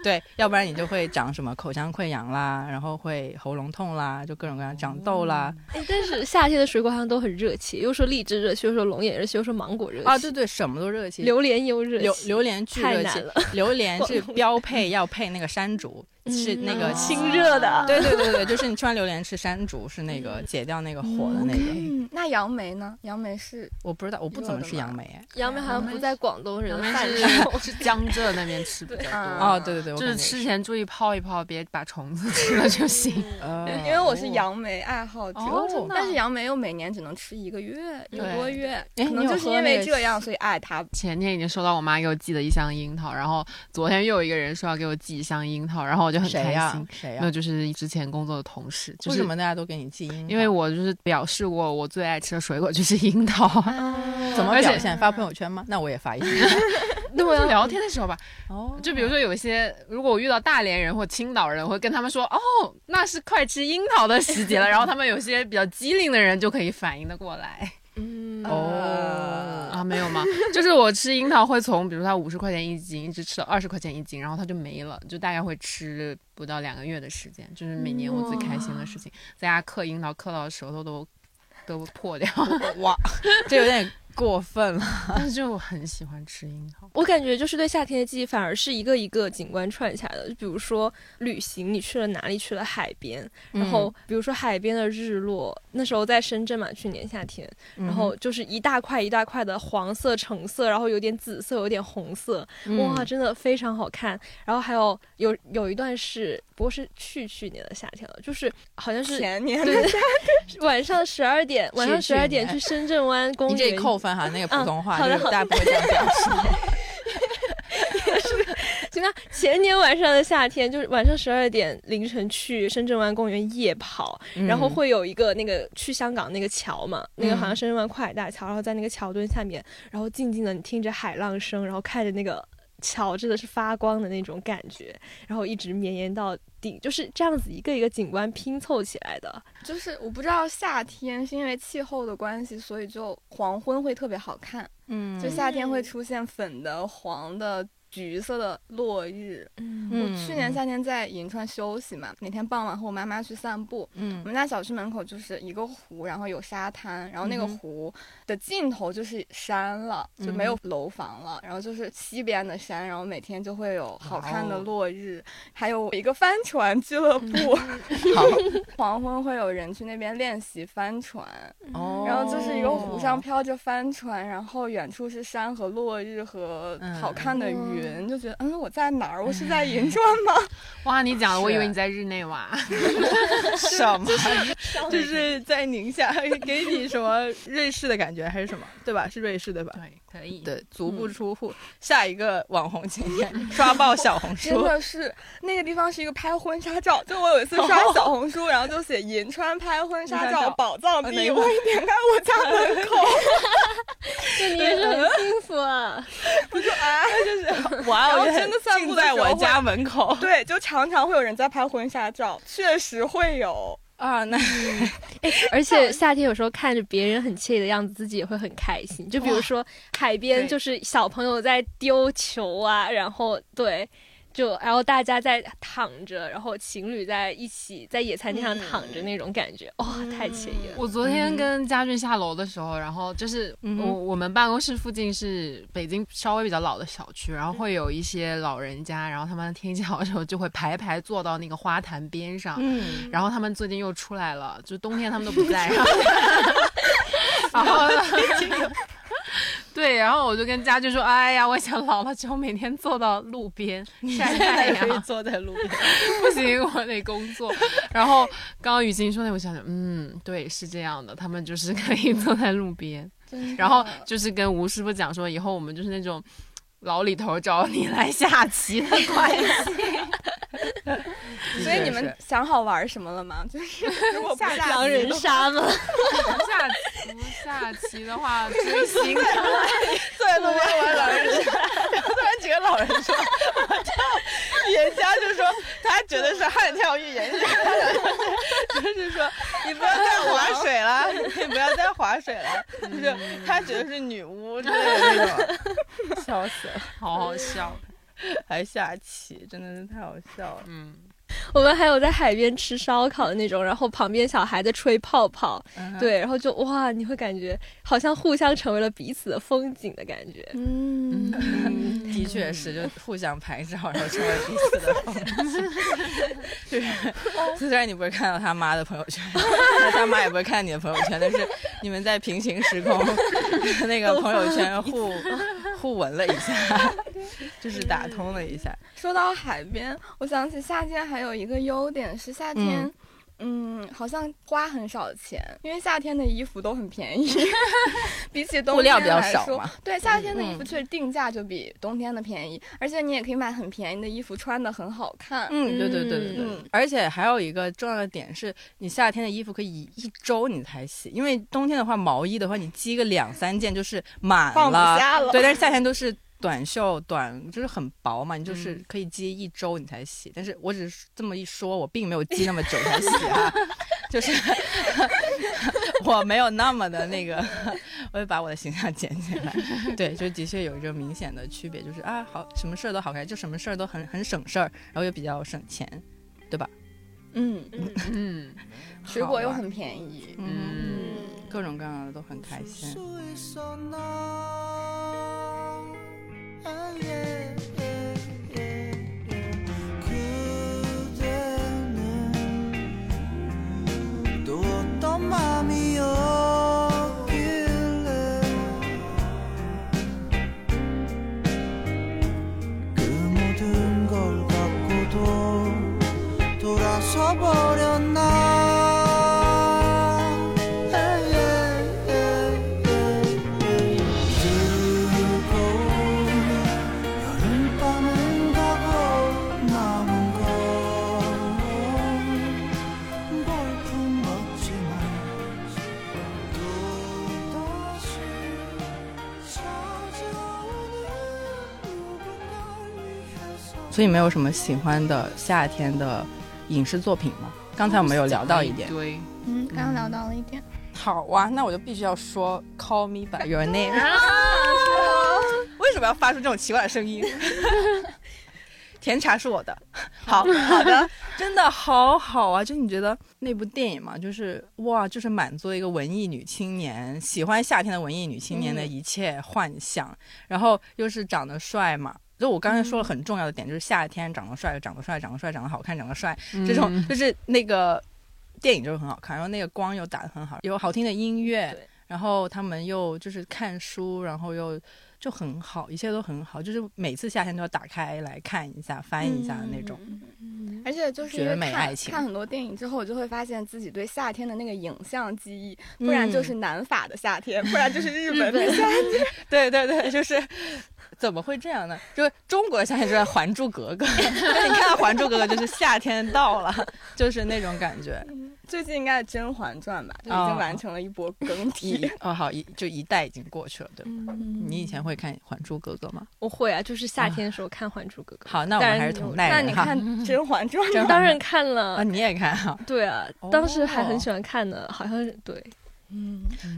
[SPEAKER 1] 对，要不然你就会长什么口腔溃疡啦，然后会喉咙痛啦，就各种各样长痘啦。
[SPEAKER 3] 哎，但是夏天的水果好像都很热气，又说荔枝热气，又说龙眼热气，又说芒果热气，
[SPEAKER 1] 啊，对对，什么都热气。
[SPEAKER 3] 榴莲又哦热气，
[SPEAKER 1] 榴榴莲巨
[SPEAKER 3] 太
[SPEAKER 1] 热
[SPEAKER 3] 难
[SPEAKER 1] 气
[SPEAKER 3] 了，
[SPEAKER 1] 榴莲是
[SPEAKER 3] 广东
[SPEAKER 1] 标配要配那个山竹，是那个
[SPEAKER 3] 嗯清热的，
[SPEAKER 1] 对对对对，就是你吃完榴莲吃山竹是那
[SPEAKER 3] 嗯
[SPEAKER 1] 个解掉那个火的那个。
[SPEAKER 5] 嗯，那杨梅呢？杨梅是
[SPEAKER 1] 我不知道，我不怎么吃杨梅哎。
[SPEAKER 3] 杨梅好像不在广东人
[SPEAKER 2] 人
[SPEAKER 3] 的范
[SPEAKER 2] 是
[SPEAKER 3] 畴。
[SPEAKER 2] 是江浙那边吃比较多，
[SPEAKER 1] 哦，对对对，我
[SPEAKER 2] 就是
[SPEAKER 1] 感觉
[SPEAKER 2] 吃前注意泡一泡，别把虫子 吃了就行。
[SPEAKER 3] 嗯
[SPEAKER 1] 呃，
[SPEAKER 5] 因为我是杨梅爱好者，
[SPEAKER 2] 哦真的啊
[SPEAKER 5] 但是杨梅又每年只能吃一个月，一个多月，
[SPEAKER 1] 对
[SPEAKER 5] 可能就是因为这样，所以爱它。
[SPEAKER 2] 前天已经收到我妈给我寄的一箱樱桃，然后昨天又有一个人说要给我寄一箱樱桃，然后我就很开
[SPEAKER 1] 谁呀
[SPEAKER 2] 心。？
[SPEAKER 1] 谁
[SPEAKER 2] 没有，
[SPEAKER 1] 呀？
[SPEAKER 2] 就是之前工作的同事，就
[SPEAKER 1] 为
[SPEAKER 2] 是
[SPEAKER 1] 什么大家都给你寄樱桃？
[SPEAKER 2] 因为我就是表示过我最爱吃的水果就是樱桃，
[SPEAKER 1] 啊
[SPEAKER 5] 哦
[SPEAKER 1] 怎么
[SPEAKER 2] 而且
[SPEAKER 1] 表现？发朋友圈吗？那我也发一 些。
[SPEAKER 2] 那
[SPEAKER 1] 啊
[SPEAKER 2] 我就聊天的时候吧，
[SPEAKER 1] 哦，
[SPEAKER 2] 就比如说有一些，如果我遇到大连人或青岛人，我会跟他们说，哦，那是快吃樱桃的时节了，然后他们有些比较机灵的人就可以反应的过来
[SPEAKER 3] 嗯，
[SPEAKER 1] 哦，
[SPEAKER 2] 啊，没有吗？就是我吃樱桃会从，比如它五十块钱一斤，一直吃到二十块钱一斤，然后它就没了，就大概会吃不到两个月的时间，就是每年我最开心的事情，在家嗑樱桃嗑到舌头都都 破掉，
[SPEAKER 1] 哇， 这有点过分了。
[SPEAKER 2] 但是就很喜欢吃樱桃。
[SPEAKER 3] 我感觉就是对夏天的记忆，反而是一个一个景观串起来的。就比如说旅行，你去了哪里？去了海边，然
[SPEAKER 1] 嗯
[SPEAKER 3] 后比如说海边的日落，那时候在深圳嘛，去年夏天，
[SPEAKER 1] 嗯，
[SPEAKER 3] 然
[SPEAKER 1] 然
[SPEAKER 3] 后就是一大块一大块的黄色、橙色，然后有点紫色，有点红色，
[SPEAKER 1] 嗯
[SPEAKER 3] 哇，真的非常好看。然后还有有有一段是，不过是去去年的夏天了，就是好像是
[SPEAKER 5] 前年
[SPEAKER 3] 对晚上十二点，晚上
[SPEAKER 1] 去
[SPEAKER 3] 十
[SPEAKER 1] 去
[SPEAKER 3] 二
[SPEAKER 1] 年
[SPEAKER 3] 点去深圳湾公
[SPEAKER 1] 你
[SPEAKER 3] 园，
[SPEAKER 1] 这扣分哈，那个普通话
[SPEAKER 3] 嗯好的
[SPEAKER 1] 就是大家不会这样表示。
[SPEAKER 3] 就像前年晚上的夏天，就是晚上十二点凌晨去深圳湾公园夜跑， 然
[SPEAKER 1] 嗯
[SPEAKER 3] 后会有一个那个去香港那个桥嘛，那个好像深圳湾跨海大桥，然后在那个桥墩下面，然后静静的你听着海浪声，然后看着那个桥真的是发光的那种感觉，然后一直绵延到底，就是这样子一个一个景观拼凑起来的。
[SPEAKER 5] 就是我不知道夏天是因为气候的关系，所以就黄昏会特别好看，
[SPEAKER 1] 嗯
[SPEAKER 5] 就夏天会出现粉的、黄的。橘色的落日，
[SPEAKER 3] 嗯
[SPEAKER 1] 嗯
[SPEAKER 5] 我去年夏天在银川休息嘛，那天傍晚和我妈妈去散步，我
[SPEAKER 1] 嗯
[SPEAKER 5] 们家小区门口就是一个湖，然后有沙滩，然后那个
[SPEAKER 1] 嗯哼嗯
[SPEAKER 5] 湖的尽头就是山了，就没有楼房了，然后就是西边的山，然后每天就会有好看的
[SPEAKER 1] 哇哦
[SPEAKER 5] 落日，还有一个帆船俱乐部，
[SPEAKER 1] 嗯 好
[SPEAKER 5] 黄昏会有人去那边练习帆船，
[SPEAKER 1] 哦，
[SPEAKER 5] 然后就是
[SPEAKER 1] 嗯
[SPEAKER 5] 一个湖上飘着帆船，然后远处是山和落日和好看的云，云，就觉得嗯，我在哪儿？我是在银川 吗？
[SPEAKER 6] 哇，你讲了，我以为
[SPEAKER 1] 是
[SPEAKER 6] 你在日内瓦。
[SPEAKER 1] 什么？ 就是在宁夏，给你什么瑞士的感觉还是什么？对吧？是瑞士对吧？
[SPEAKER 6] 对，可以。
[SPEAKER 1] 对，足不出户，下一个网红景 点刷爆小红
[SPEAKER 5] 真
[SPEAKER 1] 书。
[SPEAKER 5] 的是那个地方是一个拍婚纱照，就我有一次刷小红书，然后就写银川拍婚纱
[SPEAKER 1] 婚纱
[SPEAKER 5] 照
[SPEAKER 1] 哦照
[SPEAKER 5] 宝藏
[SPEAKER 1] 呃哪
[SPEAKER 5] 地，
[SPEAKER 1] 个
[SPEAKER 5] 我一点开我家 门口，
[SPEAKER 3] 就你也是很幸福啊。
[SPEAKER 1] 哇
[SPEAKER 5] 然
[SPEAKER 1] 哦，
[SPEAKER 5] 后
[SPEAKER 1] 也很
[SPEAKER 5] 真的散步的
[SPEAKER 1] 近在
[SPEAKER 5] 时候
[SPEAKER 1] 我
[SPEAKER 5] 会
[SPEAKER 1] 家门口
[SPEAKER 5] 对，就常常会有人在拍婚纱照，确实会有。
[SPEAKER 1] 啊！那
[SPEAKER 3] 而且夏天有时候看着别人很惬意的样子，自己也会很开心。就比如说海边，
[SPEAKER 6] 对
[SPEAKER 3] 就是小朋友在丢球啊，然后对，就然后大家在躺着，然后情侣在一起在野餐垫上躺着那种感觉，哇、太惬意了。
[SPEAKER 6] 我昨天跟家俊下楼的时候，然后就是我、
[SPEAKER 1] 嗯哼
[SPEAKER 6] 我们办公室附近是北京稍微比较老的小区，然后会有一些老人家，然后他们天气好的时候就会排排坐到那个花坛边上，
[SPEAKER 1] 嗯，
[SPEAKER 6] 然后他们最近又出来了，就冬天他们都不 在，然后然后对，然后我就跟家俊说，哎呀，我想老了之后每天坐到路边 晒太
[SPEAKER 1] 也可以
[SPEAKER 6] 阳，
[SPEAKER 1] 坐在路边。
[SPEAKER 6] 不行，我得工作。然后刚刚雨欣说那，我想想，嗯，对，是这样的，他们就是可以坐在路边，然后就是跟吴师傅讲说，以后我们就是那种老李头找你来下棋的关系。
[SPEAKER 5] 所以你们想好玩什么了吗？就是如果不下
[SPEAKER 3] 狼人杀吗？
[SPEAKER 6] 不下棋不下棋的话，追星
[SPEAKER 1] 坐在路边玩老人杀，然后突然几个老人说，我叫严家就说他觉得是悍跳欲言， 就是说你不要再划水了， 嗯你不要再划水了，就是他觉得是女巫之类的那种， 笑死了，
[SPEAKER 6] 好好笑。
[SPEAKER 1] 还下棋，真的是太好笑了。
[SPEAKER 6] 嗯，
[SPEAKER 3] 我们还有在海边吃烧烤的那种，然后旁边小孩在吹泡泡，
[SPEAKER 1] 嗯哼，
[SPEAKER 3] 对，然后就哇，你会感觉好像互相成为了彼此的风景的感觉。
[SPEAKER 5] 嗯，
[SPEAKER 1] 的确是，就互相拍照，然后成为彼此的朋友。 就是，虽然你不会看到他妈的朋友圈，他妈也不会看你的朋友圈，但是你们在平行时空那个朋友圈互互文了一下，就是打通了一下。
[SPEAKER 5] 说到海边，我想起夏天还有一个优点是夏天。嗯好像花很少钱，因为夏天的衣服都很便宜， 比起冬
[SPEAKER 1] 布料
[SPEAKER 5] 天
[SPEAKER 1] 比较
[SPEAKER 5] 来
[SPEAKER 1] 少
[SPEAKER 5] 说
[SPEAKER 1] 嘛，嗯
[SPEAKER 5] 对，夏天的衣服确实定价就比冬天的便宜，而且你也可以买很便宜的衣服，穿的很好看。
[SPEAKER 1] 嗯，对对对对对，
[SPEAKER 5] 嗯
[SPEAKER 1] 而且还有一个重要的点是，你夏天的衣服可以一周你才洗，因为冬天的话，毛衣的话你积个两三件就是满
[SPEAKER 5] 放不
[SPEAKER 1] 了，
[SPEAKER 5] 下了
[SPEAKER 1] 对，但是夏天都是短袖短，就是很薄嘛，你就是可以积一周你才洗。但是我只是这么一说，我并没有积那么久才洗啊， 就是我没有那么的那个， 我也把我的形象捡起来。对，就的确有一个明显的区别，就是啊，好，什么事儿都好开，就什么事儿都很很省事儿，然后又比较省钱，
[SPEAKER 5] 嗯，
[SPEAKER 6] 嗯
[SPEAKER 5] 水果又
[SPEAKER 1] 好玩
[SPEAKER 5] 很便宜。
[SPEAKER 1] 嗯，
[SPEAKER 6] 嗯，
[SPEAKER 1] 各种各样的都很开心。
[SPEAKER 4] 一首呢，啊耶耶耶耶くでねどっと波よ揺れ雲든 걸 갖고도 돌아서 버렸나 그그 저
[SPEAKER 1] 所以没有什么喜欢的夏天的影视作品吗？刚才我们有聊到一点。
[SPEAKER 6] 对，
[SPEAKER 5] 嗯，刚刚聊到了一点。
[SPEAKER 1] 好啊，那我就必须要说 Call Me by Your Name。为什么要发出这种奇怪的声音？ 甜茶是我的，好好的，真的好好啊！就你觉得那部电影嘛，就是哇，就是满足一个文艺女青年喜欢夏天的文艺女青年的一切幻想，然后又是长得帅嘛。就我刚才说了很重要的点，就是夏天长得帅，长得帅，长得帅，长得好看，长得帅，这
[SPEAKER 6] 嗯
[SPEAKER 2] 嗯
[SPEAKER 1] 种就是那个电影就是很好看，然后那个光又打得很好，有好听的音乐，然后他们又就是看书，然后又就很好，一切都很好，就是每次夏天都要打开来看一下、翻译一下的那
[SPEAKER 5] 嗯
[SPEAKER 1] 种。
[SPEAKER 5] 而且就是因
[SPEAKER 1] 绝
[SPEAKER 5] 为
[SPEAKER 1] 美
[SPEAKER 5] 看
[SPEAKER 1] 爱情
[SPEAKER 5] 看很多电影之后，我就会发现自己对夏天的那个影像记忆，不然
[SPEAKER 1] 嗯
[SPEAKER 5] 就是南法的夏天，不然就是日本的夏天。
[SPEAKER 1] 对对对，就是怎么会这样呢？就是中国夏天就在《还珠格 格》，但你看《还珠格格》就是夏天到了，就是那种感觉。
[SPEAKER 5] 最近应该是《甄嬛传》吧，就已经
[SPEAKER 1] 哦
[SPEAKER 5] 完成了一波 更替。
[SPEAKER 1] 一 哦好一就一代已经过去了，对吧？你以前会看《还珠格格》吗？
[SPEAKER 3] 我会啊，就是夏天的时候看《还珠格格》
[SPEAKER 1] 好，那我
[SPEAKER 3] 但
[SPEAKER 1] 们
[SPEAKER 3] 是
[SPEAKER 1] 还是
[SPEAKER 3] 你
[SPEAKER 1] 同
[SPEAKER 3] 有
[SPEAKER 1] 代
[SPEAKER 5] 那
[SPEAKER 1] 人
[SPEAKER 5] 你
[SPEAKER 1] 哈。
[SPEAKER 5] 看 《甄嬛传》
[SPEAKER 1] 甄
[SPEAKER 5] 吗？
[SPEAKER 1] 嬛
[SPEAKER 3] 当然看
[SPEAKER 1] 啊，
[SPEAKER 3] 了，
[SPEAKER 1] 你也看啊？
[SPEAKER 3] 对啊
[SPEAKER 1] 哦，
[SPEAKER 3] 当时还很喜欢看呢，好像是对，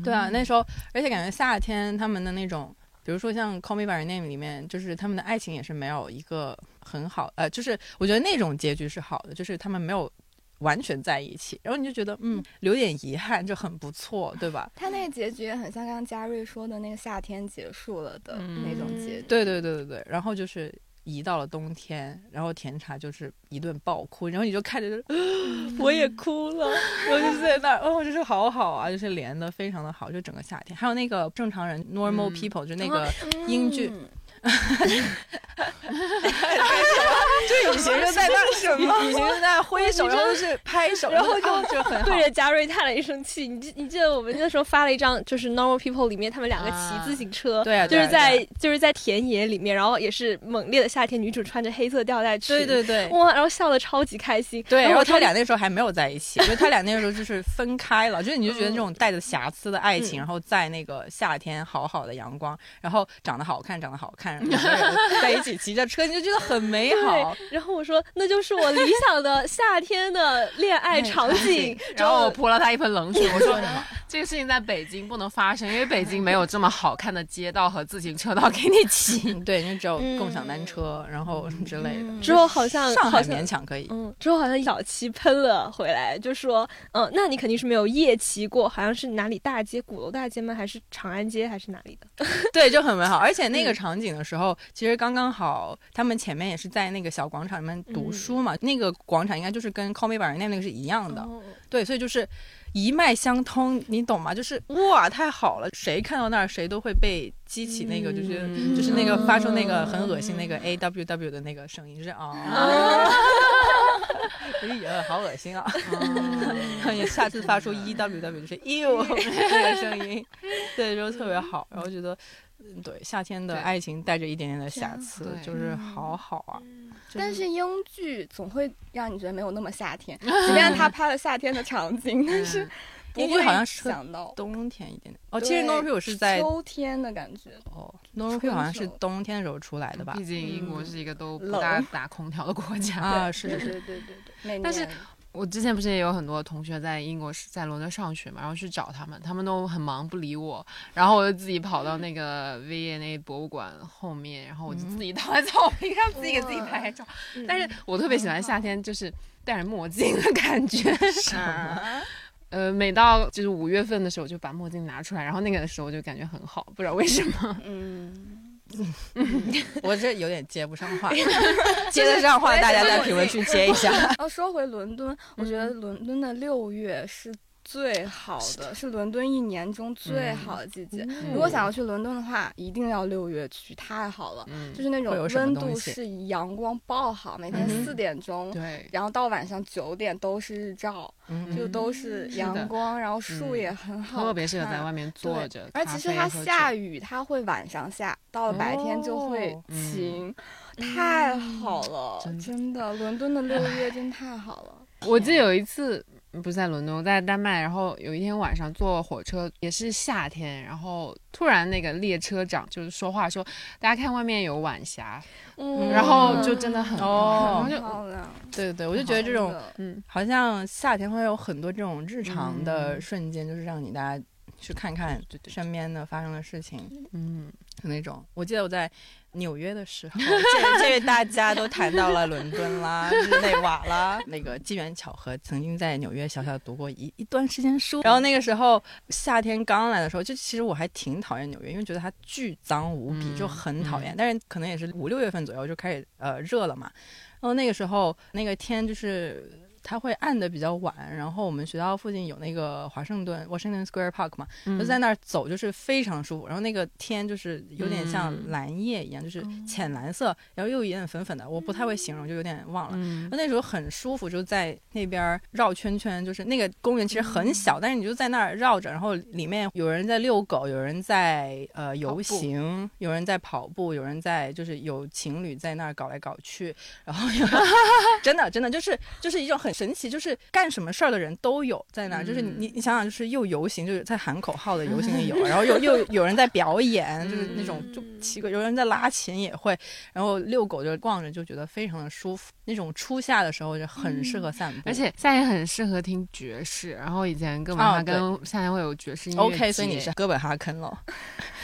[SPEAKER 1] 对啊，那时候，而且感觉夏天他们的那种，比如说像《Call Me by Your Name》里面，就是他们的爱情也是没有一个很好，呃，就是我觉得那种结局是好的，就是他们没有完全在一起，然后你就觉得嗯，留点遗憾就很不错，对吧？
[SPEAKER 5] 它那个结局也很像刚刚嘉瑞说的那个夏天结束了的
[SPEAKER 1] 嗯
[SPEAKER 5] 那种结局。
[SPEAKER 1] 对对对对对，然后就是。移到了冬天，然后甜茶就是一顿爆哭，然后你就看着就， 我也哭了，我就在那儿，哦，就是好好啊，就是连的非常的好，就整个夏天，还有那个正常人 normal
[SPEAKER 2] 嗯
[SPEAKER 1] people、就那
[SPEAKER 5] 哦
[SPEAKER 1] 个英剧，
[SPEAKER 5] 嗯
[SPEAKER 1] 就雨行就在那 什么，雨行就在那挥手，然后就是拍手，然后就就很好。
[SPEAKER 3] 对着嘉瑞叹了一声气。你记你记得我们那时候发了一张，就是 Normal People 里面他们两个骑自行车，
[SPEAKER 1] 对啊，
[SPEAKER 3] 就是在就是在田野里面，然后也是猛烈的夏天，女主穿着黑色吊带裙，
[SPEAKER 1] 对对对
[SPEAKER 3] 哇，然后笑得超级开心。
[SPEAKER 1] 对，然后
[SPEAKER 3] 我
[SPEAKER 1] 他俩那时候还没有在一起，就他俩那时候就是分开了，就是你就觉得那种带着瑕疵的爱情，然后在那个夏天好好的阳光，然后长得好看，长得好 看，然后两个人在一起骑着车，你就觉得很美好。
[SPEAKER 3] 然后我说那就是我理想的夏天 的恋爱场景。
[SPEAKER 2] 然后我泼了他一盆冷水，我说这个事情在北京不能发生，因为北京没有这么好看的街道和自行车道给你骑。
[SPEAKER 1] 嗯，对，你就只有共享单车，然后嗯之类的。
[SPEAKER 3] 之后好像
[SPEAKER 1] 上海
[SPEAKER 3] 好像
[SPEAKER 1] 勉强可以，
[SPEAKER 3] 嗯，之后好像小七喷了回来，就说，嗯，那你肯定是没有夜骑过，好像是哪里大街，鼓楼大街吗？还是长安街，还是哪里的？
[SPEAKER 1] 对，就很美好。而且那个场景的时候，其实刚刚好，他们前面也是在那个小广场里面读书嘛。那个广场应该就是跟《Call Me by Your Name》那个是一样的，
[SPEAKER 5] 嗯
[SPEAKER 1] 对，所以就是一脉相通，你懂吗？就是哇，太好了，谁看到那儿谁都会被激起那个，就是、就是那个发出那个很恶心那个 A W W 的那个声音，就是啊。 哎呀，好恶心啊！ 也下次发出 E W W 就是 ew 那个声音，对，就特别好。然后觉得，嗯对，夏天的
[SPEAKER 2] 对
[SPEAKER 1] 爱情带着一点点的瑕疵，
[SPEAKER 2] 对
[SPEAKER 1] 就是好好啊。
[SPEAKER 5] 但是英剧总会让你觉得没有那么夏 天，即便他拍了夏天的场景，但是不
[SPEAKER 1] 英剧
[SPEAKER 5] 会
[SPEAKER 1] 好像是
[SPEAKER 5] 想到
[SPEAKER 1] 冬天一点点哦，其实
[SPEAKER 5] 对
[SPEAKER 1] Norway 我是在
[SPEAKER 5] 秋天的感觉。
[SPEAKER 1] 哦，Norway 好像是
[SPEAKER 5] 春秋
[SPEAKER 1] 冬天的时候出来的吧
[SPEAKER 2] 毕？竟英国是一个都不
[SPEAKER 5] 冷
[SPEAKER 2] 大打空调的国家。
[SPEAKER 1] 啊，是
[SPEAKER 5] 对
[SPEAKER 1] 是是，
[SPEAKER 5] 对对对对，每
[SPEAKER 2] 但是
[SPEAKER 5] 年
[SPEAKER 2] 我之前不是也有很多同学在英国是在伦敦上学嘛，然后去找他们，他们都很忙不理我，然后我就自己跑到那个 V&A 博物馆后面，然后我就自己躺在草坪上自己给自己拍照。但是我特别喜欢夏天，就是戴着墨镜的感觉。 呃，每到就是五月份的时候，我就把墨镜拿出来，然后那个时候就感觉很好，不知道为什么。
[SPEAKER 5] 嗯，
[SPEAKER 1] 我这有点接不上 话， 接得上话，大家在评论区接一下。
[SPEAKER 5] 要哦说回伦敦，我觉得
[SPEAKER 1] 嗯
[SPEAKER 5] 伦敦的六月是最好的，是伦敦一年中
[SPEAKER 1] 嗯
[SPEAKER 5] 最好的季节。
[SPEAKER 3] 嗯
[SPEAKER 5] 如果想要去伦敦的话，一定要六月去，太好了。
[SPEAKER 2] 嗯，
[SPEAKER 5] 就是那种
[SPEAKER 1] 会有什么
[SPEAKER 5] 温
[SPEAKER 1] 东
[SPEAKER 5] 度
[SPEAKER 1] 西嗯
[SPEAKER 5] 是阳光爆好，每天四点钟，
[SPEAKER 2] 对，
[SPEAKER 5] 然后到晚上九点都是日照，
[SPEAKER 1] 嗯
[SPEAKER 5] 就都是阳光，然后树也很好看，
[SPEAKER 2] 特别适合在外面坐着。
[SPEAKER 5] 而其实它下雨，它会晚上下，到了白天就会晴，太好了，
[SPEAKER 2] 哦嗯真的
[SPEAKER 5] 真的，伦敦的六月真太好了。
[SPEAKER 2] 我记得有一次不是在伦敦，我在丹麦，然后有一天晚上坐火车，也是夏天，然后突然那个列车长就是说话说，大家看外面有晚霞，
[SPEAKER 3] 嗯
[SPEAKER 2] 然后就真的很
[SPEAKER 1] 哦
[SPEAKER 2] 我就
[SPEAKER 5] 漂亮，
[SPEAKER 1] 对对，我就觉得这种
[SPEAKER 5] 真的
[SPEAKER 2] 嗯
[SPEAKER 1] 好像夏天会有很多这种日常的瞬间，就是让你大家去看看
[SPEAKER 2] 对对
[SPEAKER 1] 身边的发生的事情
[SPEAKER 2] 嗯，
[SPEAKER 1] 那种。我记得我在纽约的 时候，这这位大家都谈到了伦敦啦、日内瓦 啦，那个机缘巧合，曾经在纽约小小读过一一段时间书。然后那个时候夏天刚来的时候，就其实我还挺讨厌纽约，因为觉得它巨脏无比，
[SPEAKER 2] 嗯
[SPEAKER 1] 就很讨厌。
[SPEAKER 2] 嗯
[SPEAKER 1] 但是可能也是五六月份左右就开始呃热了嘛，然后那个时候那个天就是它会暗的比较晚，然后我们学校附近有那个华盛顿 Washington Square Park 嘛，就在那儿走就是非常舒服。然后那个天就是有点像
[SPEAKER 2] 嗯
[SPEAKER 1] 蓝叶一样，就是浅蓝色，然后又有一点粉粉的，我不太会形容，就有点忘了。
[SPEAKER 2] 嗯
[SPEAKER 1] 那时候很舒服，就在那边儿绕圈圈，就是那个公园其实很小，但是你就在那儿绕着，然后里面有人在遛狗，有人在呃游行，有人在跑步，有人在就是有情侣在那儿搞来搞去， 然后有真的真的就是就是一种很神奇，就是干什么事儿的人都有在那儿，就是你你想想，就是又游行，就是在喊口号的游行也有，然后又又有人在表演，就是那种就奇怪，有人在拉琴也会，然后遛狗就逛着，就觉得非常的舒服。那种初夏的时候就很适合散步，
[SPEAKER 2] 而且夏天很适合听爵士，然后以前跟
[SPEAKER 1] 哦
[SPEAKER 2] 妈妈跟夏天会有爵士音乐
[SPEAKER 1] OK，
[SPEAKER 2] 节
[SPEAKER 1] 所以你是哥本哈根喽。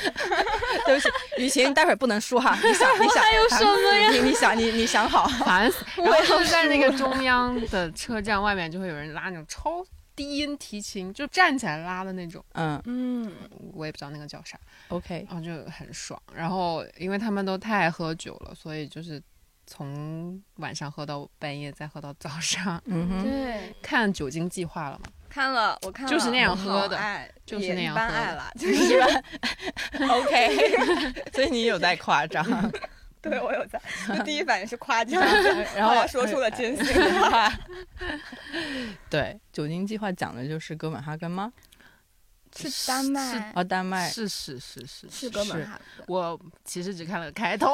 [SPEAKER 1] 对不起，雨晴，待会儿不能输哈，你想，你想，还有什么呀？你你想，你你想好，
[SPEAKER 2] 烦 死。然后就是在那个中央的车站外面，就会有人拉那种超低音提琴，就站起来拉的那种，
[SPEAKER 1] 嗯
[SPEAKER 5] 嗯，
[SPEAKER 2] 我也不知道那个叫啥，
[SPEAKER 1] ，OK，
[SPEAKER 2] 然后就很爽。然后因为他们都太爱喝酒了，所以就是从晚上喝到半夜，再喝到早 上。
[SPEAKER 1] 嗯哼，
[SPEAKER 5] 对，
[SPEAKER 2] 看酒精计划了嘛？
[SPEAKER 5] 看了，我看了，
[SPEAKER 2] 就是那样喝的
[SPEAKER 5] 我好爱
[SPEAKER 2] 就是
[SPEAKER 5] 也
[SPEAKER 2] 那样
[SPEAKER 5] 一般
[SPEAKER 2] 喝的
[SPEAKER 5] 爱 啦，就是
[SPEAKER 1] 所以你有在夸张，
[SPEAKER 5] 对我有在，就第一反应是 夸奖，
[SPEAKER 1] 然后
[SPEAKER 5] 后来说出了真心话。
[SPEAKER 1] 嗯对酒精计划讲的就是哥本哈根吗？
[SPEAKER 5] 是丹麦，
[SPEAKER 1] 哦，丹 麦，
[SPEAKER 2] 是是是是
[SPEAKER 5] 是哥本哈根。
[SPEAKER 2] 我其实只看了开头，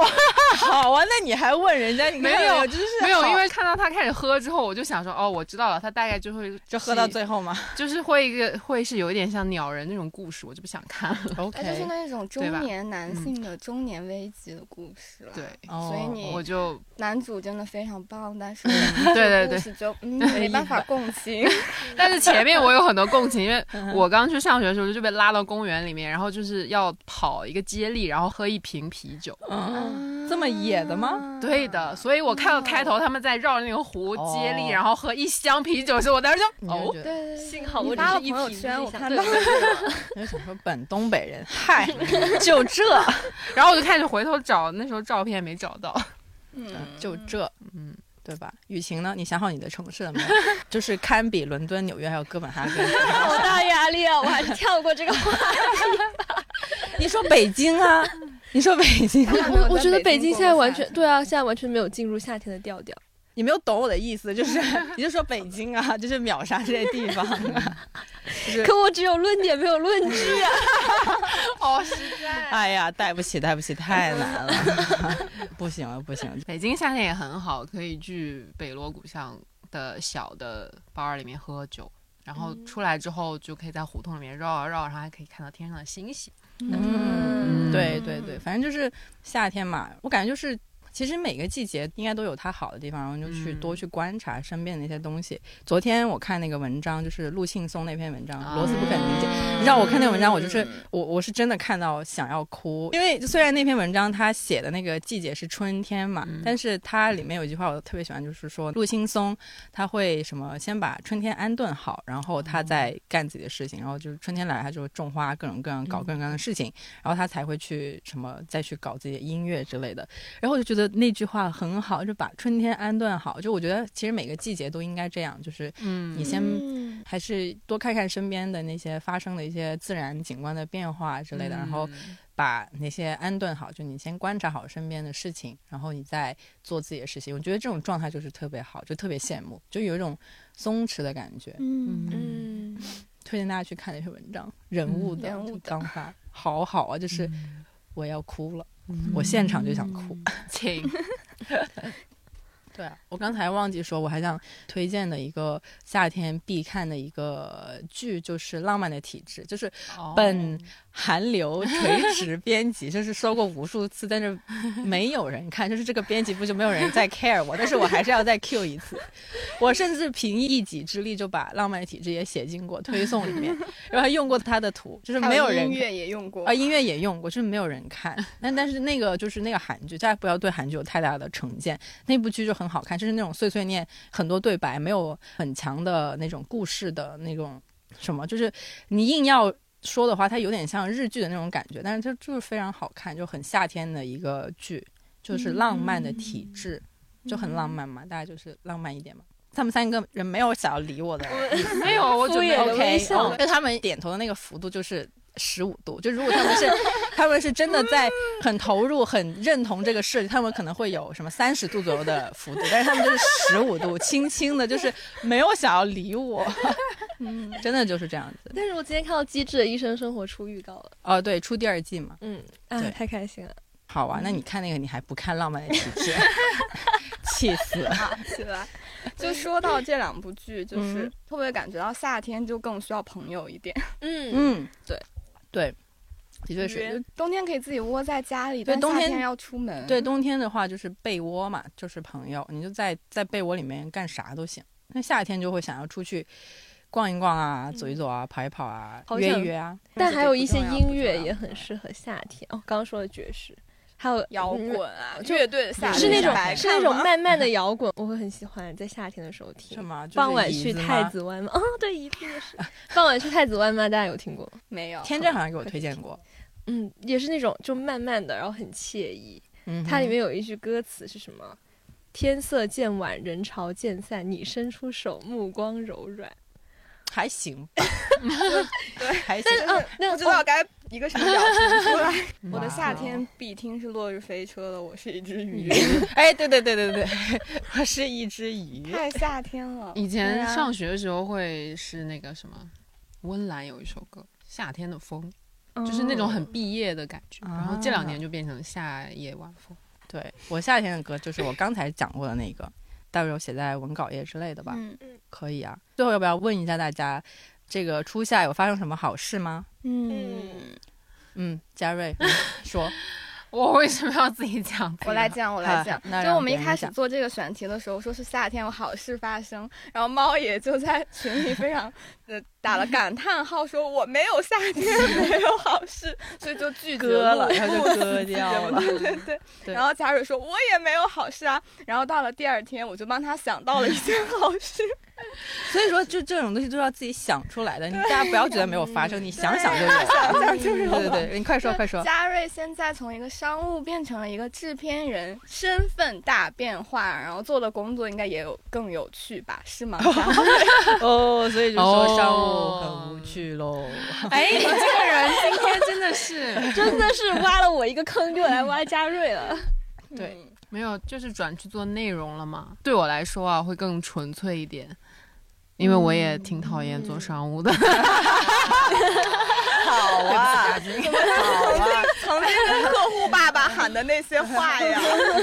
[SPEAKER 1] 好啊，那你还问人家？你
[SPEAKER 2] 没有
[SPEAKER 1] 就是
[SPEAKER 2] 没 有，
[SPEAKER 1] 好
[SPEAKER 2] 因为看到他开始喝之后，我就想说，哦，我知道了，他大概就会
[SPEAKER 1] 就喝到，最后吗
[SPEAKER 2] 就是会一个会是有一点像鸟人那种故事，我就不想看了。
[SPEAKER 1] ？OK，
[SPEAKER 5] 它哎就是那种中
[SPEAKER 2] 对吧嗯
[SPEAKER 5] 年男性的中年危机的故事了。
[SPEAKER 2] 对，
[SPEAKER 1] 哦
[SPEAKER 5] 所以你
[SPEAKER 2] 我就
[SPEAKER 5] 男主真的非常棒，但是
[SPEAKER 2] 对对对
[SPEAKER 5] 故事就嗯没办法共情。
[SPEAKER 2] 但是前面我有很多共情，因为我刚去上学的时候就被拉到公园里面，然后就是要跑一个接力，然后喝一瓶啤酒。
[SPEAKER 1] 嗯这么野的吗？
[SPEAKER 5] 啊
[SPEAKER 2] 对的，所以我看到开头他们在绕那个湖接力，
[SPEAKER 1] 哦
[SPEAKER 2] 然后喝一箱啤酒的时候，我当时就
[SPEAKER 1] 你就
[SPEAKER 2] 哦，
[SPEAKER 5] 对
[SPEAKER 1] 觉得，
[SPEAKER 5] 对，对
[SPEAKER 3] 幸好我
[SPEAKER 5] 你
[SPEAKER 3] 只
[SPEAKER 5] 发了
[SPEAKER 3] 是
[SPEAKER 5] 朋
[SPEAKER 3] 一
[SPEAKER 5] 友
[SPEAKER 3] 瓶
[SPEAKER 5] 圈，我看
[SPEAKER 3] 对
[SPEAKER 5] 到了。
[SPEAKER 1] 你就想说本东北人，嗨，就这，
[SPEAKER 2] 然后我就开始回头找，那时候照片没找到。
[SPEAKER 5] 嗯，
[SPEAKER 1] 就这，
[SPEAKER 2] 嗯，
[SPEAKER 1] 对吧？雨晴呢？你想好你的城市了没有？ 就是堪比伦敦、纽约还有哥本哈根。
[SPEAKER 3] 好大压力 啊！我还是跳过 这个话。
[SPEAKER 1] 你说北京啊？你说北京啊？
[SPEAKER 5] 我
[SPEAKER 3] 我觉得北
[SPEAKER 5] 京
[SPEAKER 3] 京现在完全对啊，现在完全没有进入夏天的调调。
[SPEAKER 1] 你没有懂我的意思，就是你就说北京啊，就是秒杀这些地方啊。对
[SPEAKER 3] 可我只有论点，没有 论据啊。
[SPEAKER 2] 好实在。
[SPEAKER 1] 哎呀，带不起，带不起，太难了， 不行了，不行了。
[SPEAKER 2] 北京夏天也很好，可以去北锣鼓巷的小的 bar 里面喝酒，然后出来之后就可以在胡同里面绕啊绕，然后还可以看到天上的星星。
[SPEAKER 1] 嗯，
[SPEAKER 2] 嗯
[SPEAKER 1] 对对对，反正就是夏天嘛，我感觉就是。其实每个季节应该都有它好的地方，然后就去
[SPEAKER 2] 嗯
[SPEAKER 1] 多去观察身边的那些东西。昨天我看那个文章，就是陆庆松那篇文章，
[SPEAKER 2] 啊
[SPEAKER 1] 罗斯不肯理解。你知道我看那文章，我就是我我是真的看到想要哭，因为虽然那篇文章他写的那个季节是春天嘛，
[SPEAKER 2] 嗯
[SPEAKER 1] 但是它里面有一句话我特别喜欢，就是说陆青松他会什么先把春天安顿好，然后他
[SPEAKER 2] 嗯
[SPEAKER 1] 再干自己的事情，然后就是春天来他就种花，各种各样搞
[SPEAKER 2] 嗯
[SPEAKER 1] 各种各样的事情，然后他才会去什么再去搞自己的音乐之类的。然后我就觉得那句话很好，就把春天安顿好。就我觉得其实每个季节都应该这样，就是
[SPEAKER 2] 嗯
[SPEAKER 1] 你先
[SPEAKER 5] 嗯
[SPEAKER 1] 还是多看看身边的那些发生的一些自然景观的变化之类的，然
[SPEAKER 5] 嗯
[SPEAKER 1] 后把那些安顿好，就你先观察好身边的事情，然后你再做自己的事情。我觉得这种状态就是特别好，就特别羡慕，就有一种松弛的感觉。
[SPEAKER 5] 嗯
[SPEAKER 2] 嗯，
[SPEAKER 3] 嗯，
[SPEAKER 1] 推荐大家去看那篇文章，人物的
[SPEAKER 5] 人物的
[SPEAKER 1] 就刚发，好好啊，就是我要哭了，
[SPEAKER 2] 嗯
[SPEAKER 1] 我现场就想哭。
[SPEAKER 5] 嗯
[SPEAKER 2] 请
[SPEAKER 1] 对啊，我刚才忘记说，我还想推荐的一个夏天必看的一个剧，就是《浪漫的体质》，就是
[SPEAKER 5] 哦
[SPEAKER 2] 哦
[SPEAKER 1] 本韩流垂直编 辑，就是说过无数次，但是没有人看，就是这个编辑部就没有 人在 care 我，但是我还是要再 cue 一次。我甚至凭一己之力就把《浪漫的体质》也写进过推送里 面，然后还用过他的图，就是没有人
[SPEAKER 5] 嗯音乐也用过
[SPEAKER 1] 啊，，音乐也用过，就是没有人看。但但是那个就是那个韩剧，大家不要对韩剧有太大的成见。那部剧就很好看，就是那种碎碎念，很多对白，没有很强的那种故事的那种什么，就是你硬要。说的话，它有点像日剧的那种感觉，但是它就是非常好看，就很夏天的一个剧，就是浪漫的体质，就很浪漫嘛，大家就是浪漫一点嘛。他们三个人没有想要理我的
[SPEAKER 2] 没有，我
[SPEAKER 3] 敷
[SPEAKER 2] 准备
[SPEAKER 3] 衍的
[SPEAKER 1] OK，
[SPEAKER 3] 微笑。
[SPEAKER 1] 就他们点头的那个幅度就是十五度，就如果他们是他们是真的在很投入、很认同这个事，他们可能会有什么三十度左右的幅度，但是他们就是十五度，轻轻的，就是没有想要理我，
[SPEAKER 5] 嗯
[SPEAKER 1] 真的就是这样子。
[SPEAKER 3] 但是我今天看到《机智的医生生活》出预告了，
[SPEAKER 1] 哦，对，出第二季嘛，
[SPEAKER 3] 嗯，啊
[SPEAKER 1] 对，
[SPEAKER 3] 太开心了，
[SPEAKER 1] 好啊，那你看那个你还不看《浪漫的体质》， 气死了。
[SPEAKER 5] 对啊吧？就说到这两部剧，就是
[SPEAKER 1] 嗯
[SPEAKER 5] 会不会感觉到夏天就更需要朋友一点？
[SPEAKER 3] 嗯，
[SPEAKER 1] 嗯，
[SPEAKER 5] 对
[SPEAKER 1] 对，的确是。
[SPEAKER 5] 就冬天可以自己窝在家里，
[SPEAKER 1] 对
[SPEAKER 5] 但
[SPEAKER 1] 冬
[SPEAKER 5] 夏
[SPEAKER 1] 天
[SPEAKER 5] 天要出
[SPEAKER 3] 嗯
[SPEAKER 5] 门。
[SPEAKER 1] 对，冬天的话就是被窝嘛，就是朋友，你就在在被窝里面干啥都行。那夏天就会想要出去逛一逛啊，走一走啊，跑一跑啊，
[SPEAKER 3] 嗯好
[SPEAKER 1] 约
[SPEAKER 3] 想
[SPEAKER 1] 一约啊。
[SPEAKER 3] 但还有一些
[SPEAKER 1] 不重要
[SPEAKER 3] 音乐也。
[SPEAKER 1] 不重要
[SPEAKER 3] 很适合夏天哦，刚刚说的爵士，还有
[SPEAKER 5] 摇
[SPEAKER 3] 嗯
[SPEAKER 5] 滚啊，乐队的夏
[SPEAKER 3] 是那
[SPEAKER 5] 天
[SPEAKER 3] 种
[SPEAKER 5] 白
[SPEAKER 3] 是那种
[SPEAKER 5] 看吗
[SPEAKER 3] 慢慢的摇滚，我会很喜欢在夏天的时候听
[SPEAKER 1] 什。么？就是
[SPEAKER 3] 傍晚
[SPEAKER 1] 椅
[SPEAKER 3] 去
[SPEAKER 1] 子
[SPEAKER 3] 太
[SPEAKER 1] 吗。
[SPEAKER 3] 子湾吗？ 哦，对，一定是傍晚去太子湾吗？大家有听过？
[SPEAKER 5] 没有
[SPEAKER 1] 天真好像给我推荐过，
[SPEAKER 3] 嗯，也是那种就慢慢的，然后很惬意。
[SPEAKER 1] 嗯哼，
[SPEAKER 3] 它里面有一句歌词是什么？天色渐晚，人潮渐散，你伸出手，目光柔软。
[SPEAKER 1] 还行 吧，对，还行。
[SPEAKER 3] 但啊，那
[SPEAKER 5] 不知道该一个什么表情出来。 我
[SPEAKER 1] 哇
[SPEAKER 5] 的夏天必听是《落日飞车》的，我是一只鱼，
[SPEAKER 1] 哎，对对对对对，我是一只鱼。
[SPEAKER 5] 太夏天了。
[SPEAKER 2] 以
[SPEAKER 5] 对
[SPEAKER 2] 前
[SPEAKER 5] 啊
[SPEAKER 2] 上学的时候会是那个什么，温岚有一首歌《夏天的风》，
[SPEAKER 3] 哦
[SPEAKER 2] 就是那种很毕业的感觉。然后这两年就变成夏夜晚风。
[SPEAKER 1] 对我夏天的歌就是我刚才讲过的那个，到时候写在文稿页之类的吧。
[SPEAKER 5] 嗯
[SPEAKER 1] 可以啊。最后要不要问一下大家，这个初夏有发生什么好事吗？
[SPEAKER 5] 嗯，
[SPEAKER 1] 嗯，嘉瑞说，
[SPEAKER 2] 我为什么要自己讲？
[SPEAKER 5] 我来。讲，我来讲
[SPEAKER 1] 好那。
[SPEAKER 5] 就
[SPEAKER 1] 让
[SPEAKER 5] 我们一
[SPEAKER 1] 别人
[SPEAKER 5] 开始
[SPEAKER 1] 讲
[SPEAKER 5] 做这个选题的时候，说是夏天有好事发生，然后猫也就在群里非常呃打了感叹号，说我没有夏天，没有好事，所以就拒绝
[SPEAKER 1] 割 了，
[SPEAKER 5] 录
[SPEAKER 1] 他就割掉了。
[SPEAKER 5] 对对对。
[SPEAKER 1] 对
[SPEAKER 5] 然后贾蕊说：“我也没有好事啊。”然后到了第二天，我就帮他想到了一件好事。
[SPEAKER 1] 所以说，就这种东西都要自己想出来的，你大家不要觉得没有发生，你想想就有。
[SPEAKER 5] 想想就有。
[SPEAKER 1] 对对对，你快说 快说。
[SPEAKER 5] 嘉瑞现在从一个商务变成了一个制片人，身份大变化，然后做的工作应该也有更有趣吧？是 吗？嘉瑞
[SPEAKER 1] 哦，所以就
[SPEAKER 2] 哦
[SPEAKER 1] 说商务很无趣喽。
[SPEAKER 2] 哎，你这个人今天真的是
[SPEAKER 3] 真的是挖了我一个坑，又来挖嘉瑞了。
[SPEAKER 1] 对
[SPEAKER 5] 嗯
[SPEAKER 2] 没有，就是转去做内容了嘛。对我来说啊，会更纯粹一点，因为我也挺讨厌做商务的。
[SPEAKER 5] 好啊，你们曾经曾经跟客户爸爸喊的那些话 呀，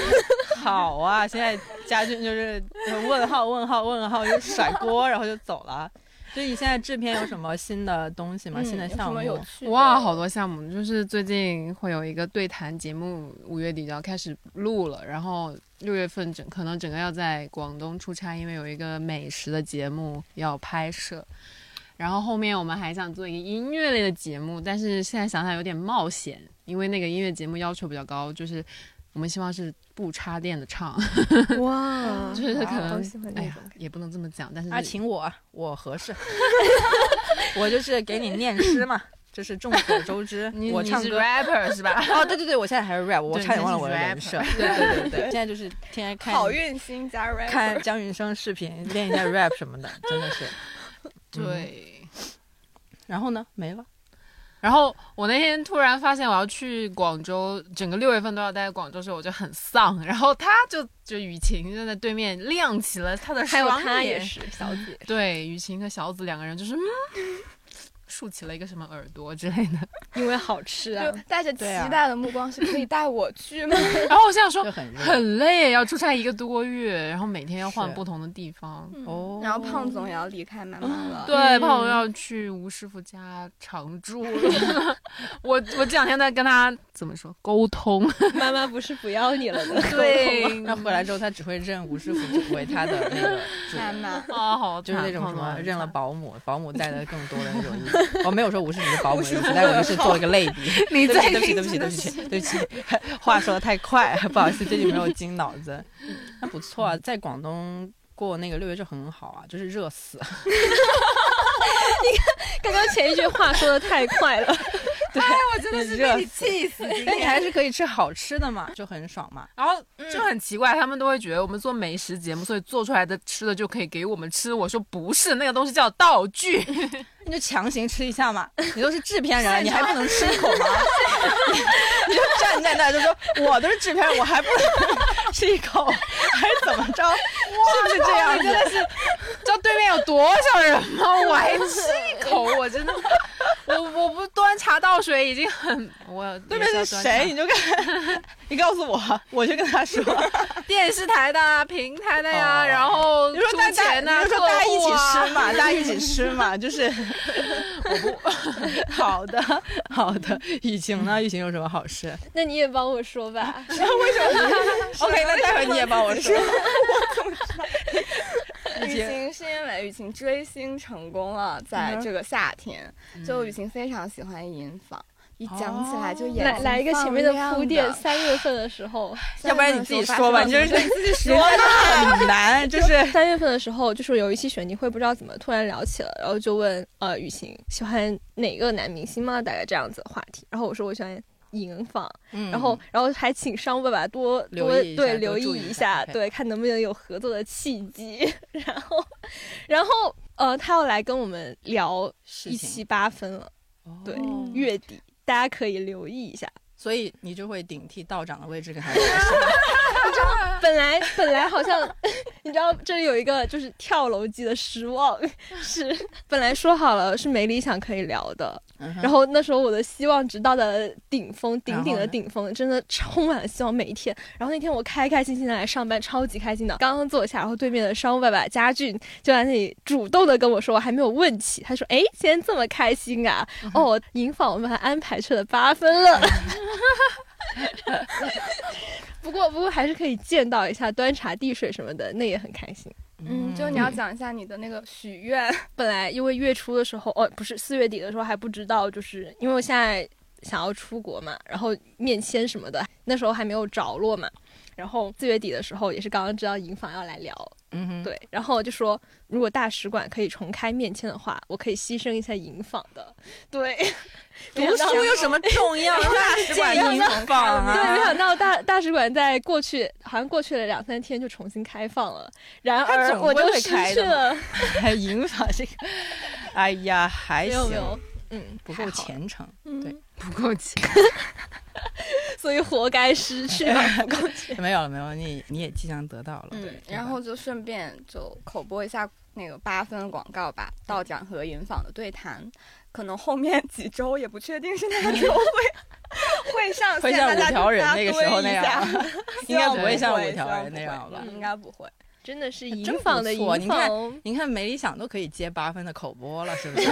[SPEAKER 1] 好啊，现在家俊就是问号问号问号，就甩锅，然后就走 了。所以你现在制片有什么新的东西吗？新的
[SPEAKER 5] 嗯有什
[SPEAKER 1] 项目
[SPEAKER 5] 么？有趣的
[SPEAKER 2] 哇，好多项目！就是最近会有一个对谈节目，五月底就要开始录了，然后六月份整可能整个要在广东出差，因为有一个美食的节目要拍摄。然后后面我们还想做一个音乐类的节目，但是现在想想有点冒险，因为那个音乐节目要求比较高，就是我们希望是不插电 的唱，
[SPEAKER 3] 哇
[SPEAKER 2] 就是可能
[SPEAKER 3] 好喜欢
[SPEAKER 2] 哎
[SPEAKER 3] 那
[SPEAKER 2] 呀
[SPEAKER 3] 种。
[SPEAKER 2] 也不能这么讲，但是
[SPEAKER 1] 啊，请我，我 合适， 我就是给你念诗嘛，这是众所周知
[SPEAKER 2] 你，
[SPEAKER 1] 我唱
[SPEAKER 2] 你是
[SPEAKER 1] 歌。
[SPEAKER 2] rapper 是吧？
[SPEAKER 1] 哦，对对对，我现在还是 rap，我
[SPEAKER 2] 对
[SPEAKER 1] 差点
[SPEAKER 2] 你
[SPEAKER 1] 忘了
[SPEAKER 2] 是
[SPEAKER 1] 我的人
[SPEAKER 2] rapper
[SPEAKER 1] 设。对对对对，现在就是天天看
[SPEAKER 5] 好运星嘉瑞
[SPEAKER 1] 看姜云升视频，练一下 rap 什么的，真的是。
[SPEAKER 2] 对。
[SPEAKER 1] 然后呢，没了。
[SPEAKER 2] 然后我那天突然发现我要去广州，整个六月份都要待在广州的时候，我就很丧。然后他就就雨晴就在对面亮起了他的
[SPEAKER 3] 还有
[SPEAKER 2] 双眼，
[SPEAKER 3] 她也是小姐，
[SPEAKER 2] 对雨晴和小紫两个 人就是嗯，竖起了一个什么耳朵之类的。
[SPEAKER 3] 因为好吃啊
[SPEAKER 5] 就。带着期
[SPEAKER 1] 对啊啊
[SPEAKER 5] 待的目光，是可以带我去吗？
[SPEAKER 2] 然后我想说
[SPEAKER 1] 就很热
[SPEAKER 2] 很累，啊要出差一个多月，然后每天要换
[SPEAKER 1] 是
[SPEAKER 2] 不同的地方。
[SPEAKER 1] 哦，
[SPEAKER 5] 然后胖总也要离开妈妈
[SPEAKER 1] 嗯
[SPEAKER 5] 了，
[SPEAKER 2] 对，胖友要去吴师傅家常 住了。我我这两天在跟他怎么说沟通，
[SPEAKER 3] 妈妈不是不要你 了吗？
[SPEAKER 2] 对，
[SPEAKER 1] 那回来之后，他只会认吴师傅为他的那个 主
[SPEAKER 5] 妈妈。
[SPEAKER 2] 啊， 好
[SPEAKER 1] 就是那种
[SPEAKER 2] 惨
[SPEAKER 1] 什么认了。
[SPEAKER 2] 胖
[SPEAKER 1] 保姆，保姆带的更多的那种意思。哦我没有说无视你的保姆的意思，但我就是做一个类比。对
[SPEAKER 2] 你
[SPEAKER 1] 不
[SPEAKER 2] 在
[SPEAKER 1] 起，对不起，对不起，对不起，对不起， 话说的太快，不好意思，最近没有经脑子。那不错啊，在广东过那个六月就很好啊，就是热死，
[SPEAKER 3] 刚刚前一句话说的太快了，
[SPEAKER 6] 我真的是
[SPEAKER 1] 热
[SPEAKER 6] 被你气死。
[SPEAKER 1] 但 你还是可以吃好吃的嘛，就很爽嘛。
[SPEAKER 6] 然后就很奇怪，他们都会觉得我们做美食节目，所以做出来的吃的就可以给我们吃。我说不是，那个东西叫道 具。
[SPEAKER 1] 你就强行吃一下 嘛，你都是制片人，你还不能吃一口 吗？你就站在那儿就说我都是制片人，我还不能吃一口，还是怎么着？是不是这样
[SPEAKER 6] 你
[SPEAKER 1] 子
[SPEAKER 6] 真？的是，知道对面有多少人 吗？我还吃一口，我真的，我我不端茶倒水已经很我
[SPEAKER 1] 对面是谁？你？就看， 你告诉我，我就跟他 说，
[SPEAKER 6] 电视台的啊、平台的呀、
[SPEAKER 1] 哦
[SPEAKER 6] 然后
[SPEAKER 1] 你就说大
[SPEAKER 6] 出钱
[SPEAKER 1] 家，
[SPEAKER 6] 呐、
[SPEAKER 1] 你就说
[SPEAKER 6] 客
[SPEAKER 1] 大家一起
[SPEAKER 6] 户啊
[SPEAKER 1] 吃嘛，大家一起吃 嘛，就是我不 好的好的。雨晴呢？雨晴有什么好事
[SPEAKER 3] 那你也帮我说 吧。
[SPEAKER 1] ？OK，那待会儿你也帮我说。
[SPEAKER 5] 雨晴是因为雨晴追星成功了，
[SPEAKER 1] 嗯
[SPEAKER 5] 在这个夏天，就雨晴非常喜欢银纺，一讲起
[SPEAKER 1] 哦
[SPEAKER 5] 来就眼睛
[SPEAKER 3] 来来一个前面
[SPEAKER 5] 放
[SPEAKER 3] 铺
[SPEAKER 5] 亮
[SPEAKER 3] 垫，
[SPEAKER 5] 的
[SPEAKER 3] 三月份的时 候，
[SPEAKER 1] 要不然你自己说吧，你就是啊
[SPEAKER 5] 三月份的时候发生了什么
[SPEAKER 1] 你自己说吧，很难，就是
[SPEAKER 3] 三月份的时候，就是有一期选题会，不知道怎么突然聊起了，然后就问呃雨晴喜欢哪个男明星吗？大概这样子的话题。然后我说我喜欢银纺，然后然后还请商务爸爸多
[SPEAKER 1] 嗯留
[SPEAKER 3] 多
[SPEAKER 1] 意一下
[SPEAKER 3] 对
[SPEAKER 1] 多
[SPEAKER 3] 留意
[SPEAKER 1] 注意
[SPEAKER 3] 一
[SPEAKER 1] 一下
[SPEAKER 3] 下，
[SPEAKER 1] ，OK
[SPEAKER 3] 对看能不能有合作的契机。 然后然后呃他要来跟我们聊一
[SPEAKER 1] 一
[SPEAKER 3] 期八分了，对、
[SPEAKER 1] 哦
[SPEAKER 3] 月底大家可以留意一下。
[SPEAKER 1] 所以你就会顶替道长的位置跟他
[SPEAKER 3] 本来本来好像， 你知道这里有一个就是跳楼机的失望， 是本来说好了是没理想可以聊的，然后那时候我的希望值到达了顶峰，顶顶的顶峰，真的充满了希望每一天。然后那天我开开心心的来上班，超级开心的。刚刚坐下，然后对面的商务爸爸家俊就在那里主动的跟我说，我还没有问起，他说：“哎，今天这么开心啊！哦，银纺我们还安排去了八分了。” 不过，不过还是可以见到一下，端茶递水什么的，那也很开心。
[SPEAKER 5] 嗯，就你要讲一下你的那个许愿，
[SPEAKER 3] 本来因为月初的时候，哦，不是四月底的时候还不知道，就是因为我现在想要出国嘛，然后面签什么的，那时候还没有着落嘛。然后四月底的时候，也是刚刚知道银纺要来聊，
[SPEAKER 1] 嗯哼，
[SPEAKER 3] 对，然后就说如果大使馆可以重开面签的话，我可以牺牲一下银纺的， 对，没想到
[SPEAKER 1] 有什么重要？ 大使馆银坊
[SPEAKER 3] 对，没
[SPEAKER 1] 啊，
[SPEAKER 3] 想到大大使馆在过去好像过去了两三天就重新开放了，然
[SPEAKER 1] 它
[SPEAKER 3] 而
[SPEAKER 1] 总
[SPEAKER 3] 我
[SPEAKER 1] 归
[SPEAKER 3] 就
[SPEAKER 1] 会
[SPEAKER 3] 失
[SPEAKER 1] 开
[SPEAKER 3] 去
[SPEAKER 1] 的嘛
[SPEAKER 3] 了，
[SPEAKER 1] 对， 银坊这个，哎呀，还
[SPEAKER 3] 没
[SPEAKER 1] 行
[SPEAKER 3] 有，没有，嗯，
[SPEAKER 1] 不
[SPEAKER 3] 还
[SPEAKER 1] 够
[SPEAKER 3] 好，
[SPEAKER 1] 虔诚。
[SPEAKER 6] 不够钱，
[SPEAKER 3] 所以活该失去了不够钱。
[SPEAKER 1] 没有了，没有了，你你也即将得到了。
[SPEAKER 5] 嗯，
[SPEAKER 1] 吧
[SPEAKER 5] 然后就顺便就口播一下那个八分广告吧，道长和银纺的对谈，可能后面 几周也不确定是哪 个周会会上线，
[SPEAKER 1] 会像
[SPEAKER 5] 大家
[SPEAKER 1] 五条人那个时候那样
[SPEAKER 5] 就大家多一下
[SPEAKER 1] 应该不
[SPEAKER 5] 希望
[SPEAKER 1] 会像
[SPEAKER 5] 不会
[SPEAKER 1] 五条人那
[SPEAKER 5] 希望不
[SPEAKER 1] 样
[SPEAKER 5] 会
[SPEAKER 1] 吧？
[SPEAKER 5] 嗯应该不会。
[SPEAKER 3] 真的是
[SPEAKER 1] 真
[SPEAKER 3] 银
[SPEAKER 1] 不
[SPEAKER 3] 纺的
[SPEAKER 1] 错
[SPEAKER 3] 银
[SPEAKER 1] 你看
[SPEAKER 3] 纺哦，
[SPEAKER 1] 你看没理想都可以接八分的口播了，是不是？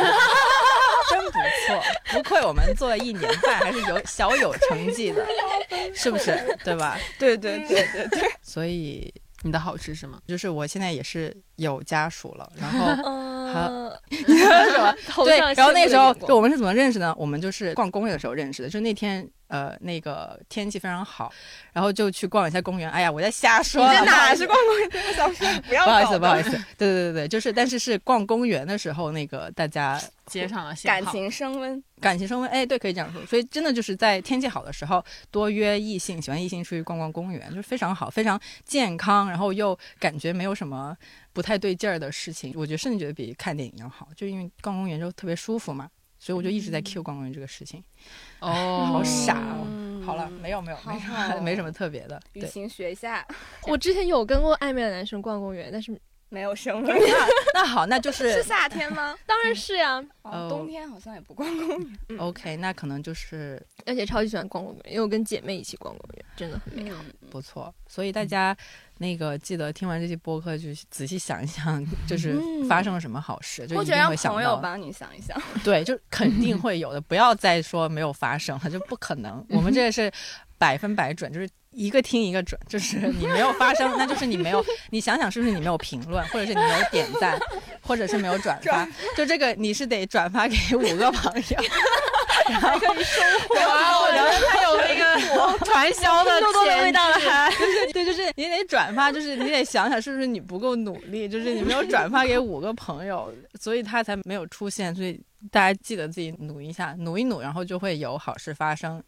[SPEAKER 1] 真不错，不愧我们做了一年半，还是有小有成绩 的，是不是？ 对吧？
[SPEAKER 5] 对对对对对，
[SPEAKER 1] 所以
[SPEAKER 6] 你的好吃是吗？
[SPEAKER 1] 就是我现在也是有家属了，然后
[SPEAKER 3] 嗯，
[SPEAKER 1] 什么？
[SPEAKER 3] 头
[SPEAKER 1] 对
[SPEAKER 3] 上，
[SPEAKER 1] 然后
[SPEAKER 3] 羡慕
[SPEAKER 1] 那
[SPEAKER 3] 的
[SPEAKER 1] 时候
[SPEAKER 3] 眼光
[SPEAKER 1] 就我们是怎么认识呢？我们就是逛公园的时候认识的，就那天。呃，那个天气非常好，然后就去逛了一下公园。哎呀，我在瞎说
[SPEAKER 5] 你
[SPEAKER 1] 了，
[SPEAKER 5] 这
[SPEAKER 1] 不好
[SPEAKER 5] 哪
[SPEAKER 1] 意思
[SPEAKER 5] 是逛公园？我想说不要
[SPEAKER 1] 不好意思，
[SPEAKER 5] 搞
[SPEAKER 1] 不好意
[SPEAKER 5] 的
[SPEAKER 1] 思，对对对对，就是，但是是逛公园的时候，那个大家
[SPEAKER 6] 接上了
[SPEAKER 5] 感
[SPEAKER 6] 信号。
[SPEAKER 5] 情升温，
[SPEAKER 1] 感情升温，哎，对，可以这样说。所以真的就是在天气好的时候，多约异性，喜欢异性出去逛逛公园，就是非常好，非常健康，然后又感觉没有什么不太对劲儿的事情。我觉得甚至觉得比看电影要好，就因为逛公园就特别舒服嘛。所以我就一直在 Q 逛公园这个事情。
[SPEAKER 6] 哦，
[SPEAKER 1] 好傻哦好了，没有没有，没什
[SPEAKER 5] 嗯好
[SPEAKER 1] 么
[SPEAKER 5] 好
[SPEAKER 1] 没什么特别的。
[SPEAKER 5] 雨
[SPEAKER 1] 对，
[SPEAKER 5] 晴学一下，
[SPEAKER 3] 我之前有跟过暧昧的男生逛公园，但是
[SPEAKER 5] 没有升温。
[SPEAKER 1] 那好，那就是是
[SPEAKER 5] 夏天吗？
[SPEAKER 3] 当然是啊呀、
[SPEAKER 5] 哦
[SPEAKER 1] 哦，
[SPEAKER 5] 冬天好像也不逛公园。
[SPEAKER 1] OK，那可能就是
[SPEAKER 3] 而且超级喜欢逛公园，因为我跟姐妹一起逛公园，真的很美好。
[SPEAKER 5] 嗯
[SPEAKER 1] 不错，所以大家那个记得听完这期播客，就仔细想一想， 就是发生了什么好事，就
[SPEAKER 5] 嗯或
[SPEAKER 1] 一
[SPEAKER 5] 者
[SPEAKER 1] 定
[SPEAKER 5] 让
[SPEAKER 1] 会想
[SPEAKER 5] 朋友
[SPEAKER 1] 到。
[SPEAKER 5] 帮你想一想，
[SPEAKER 1] 对，就肯定会有的，不要再说没有发生了，就不可能。我们这个是百分百准，就是一个听一个准，就是你没有发生，那就是你没有。你想想是不是你没有评论，或者是你没有点赞，或者是没有转发？就这个你是得转发给五个朋友， 然后可以收获，哦然后还有那 个传销的
[SPEAKER 3] 豆豆的
[SPEAKER 1] 潜
[SPEAKER 3] 味道了还，
[SPEAKER 1] 对，就是你得转发，就是你得想想是不是你不够努力，就是你没有转发给五个朋友，所以他才没有出现，所以大家记得自己努一下，努一努，然后就会有好事发生。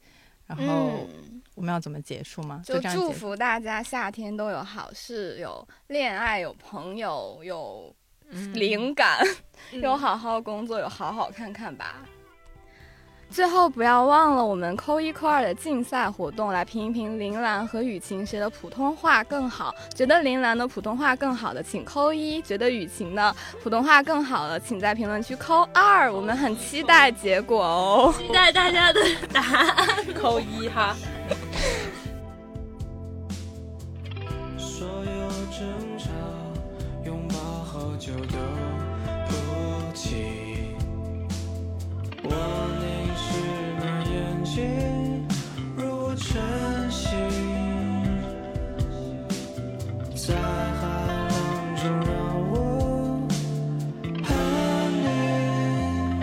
[SPEAKER 1] 然后
[SPEAKER 5] 嗯，
[SPEAKER 1] 我们要怎么结束吗？
[SPEAKER 5] 就
[SPEAKER 1] 这样
[SPEAKER 5] 祝
[SPEAKER 1] 结束。
[SPEAKER 5] 福大家夏天都有好事，有恋爱，有朋友，有
[SPEAKER 2] 嗯
[SPEAKER 6] 嗯
[SPEAKER 5] 灵感，有好好工作，有好好看看吧。最后不要忘了我们扣一扣二的竞赛活动，来评一评铃兰和雨晴谁的普通话更好。觉得铃兰的普通话更好的，请扣一；觉得雨晴的普通话更好的，请在评论区扣二。我们很期待结果哦。
[SPEAKER 7] 期待大家的答案，扣一哈。
[SPEAKER 4] 所有争吵、拥抱好久都不起。我凝视你眼睛，如晨曦，在海浪中让我和你。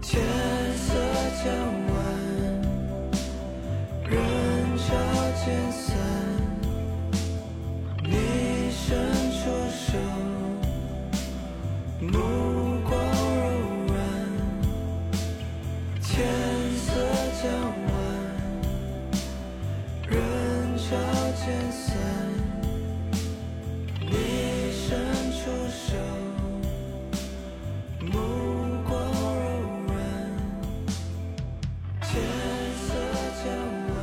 [SPEAKER 4] 天色将晚。人潮渐散，你伸出手，目光柔软。天色将晚，人潮渐散，你伸出手，目光柔软。天色将晚，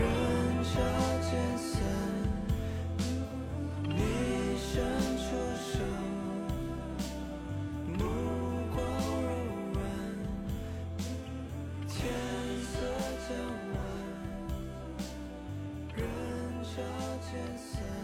[SPEAKER 4] 人潮渐散，你伸出手，目光柔软。天色将晚，人潮渐散。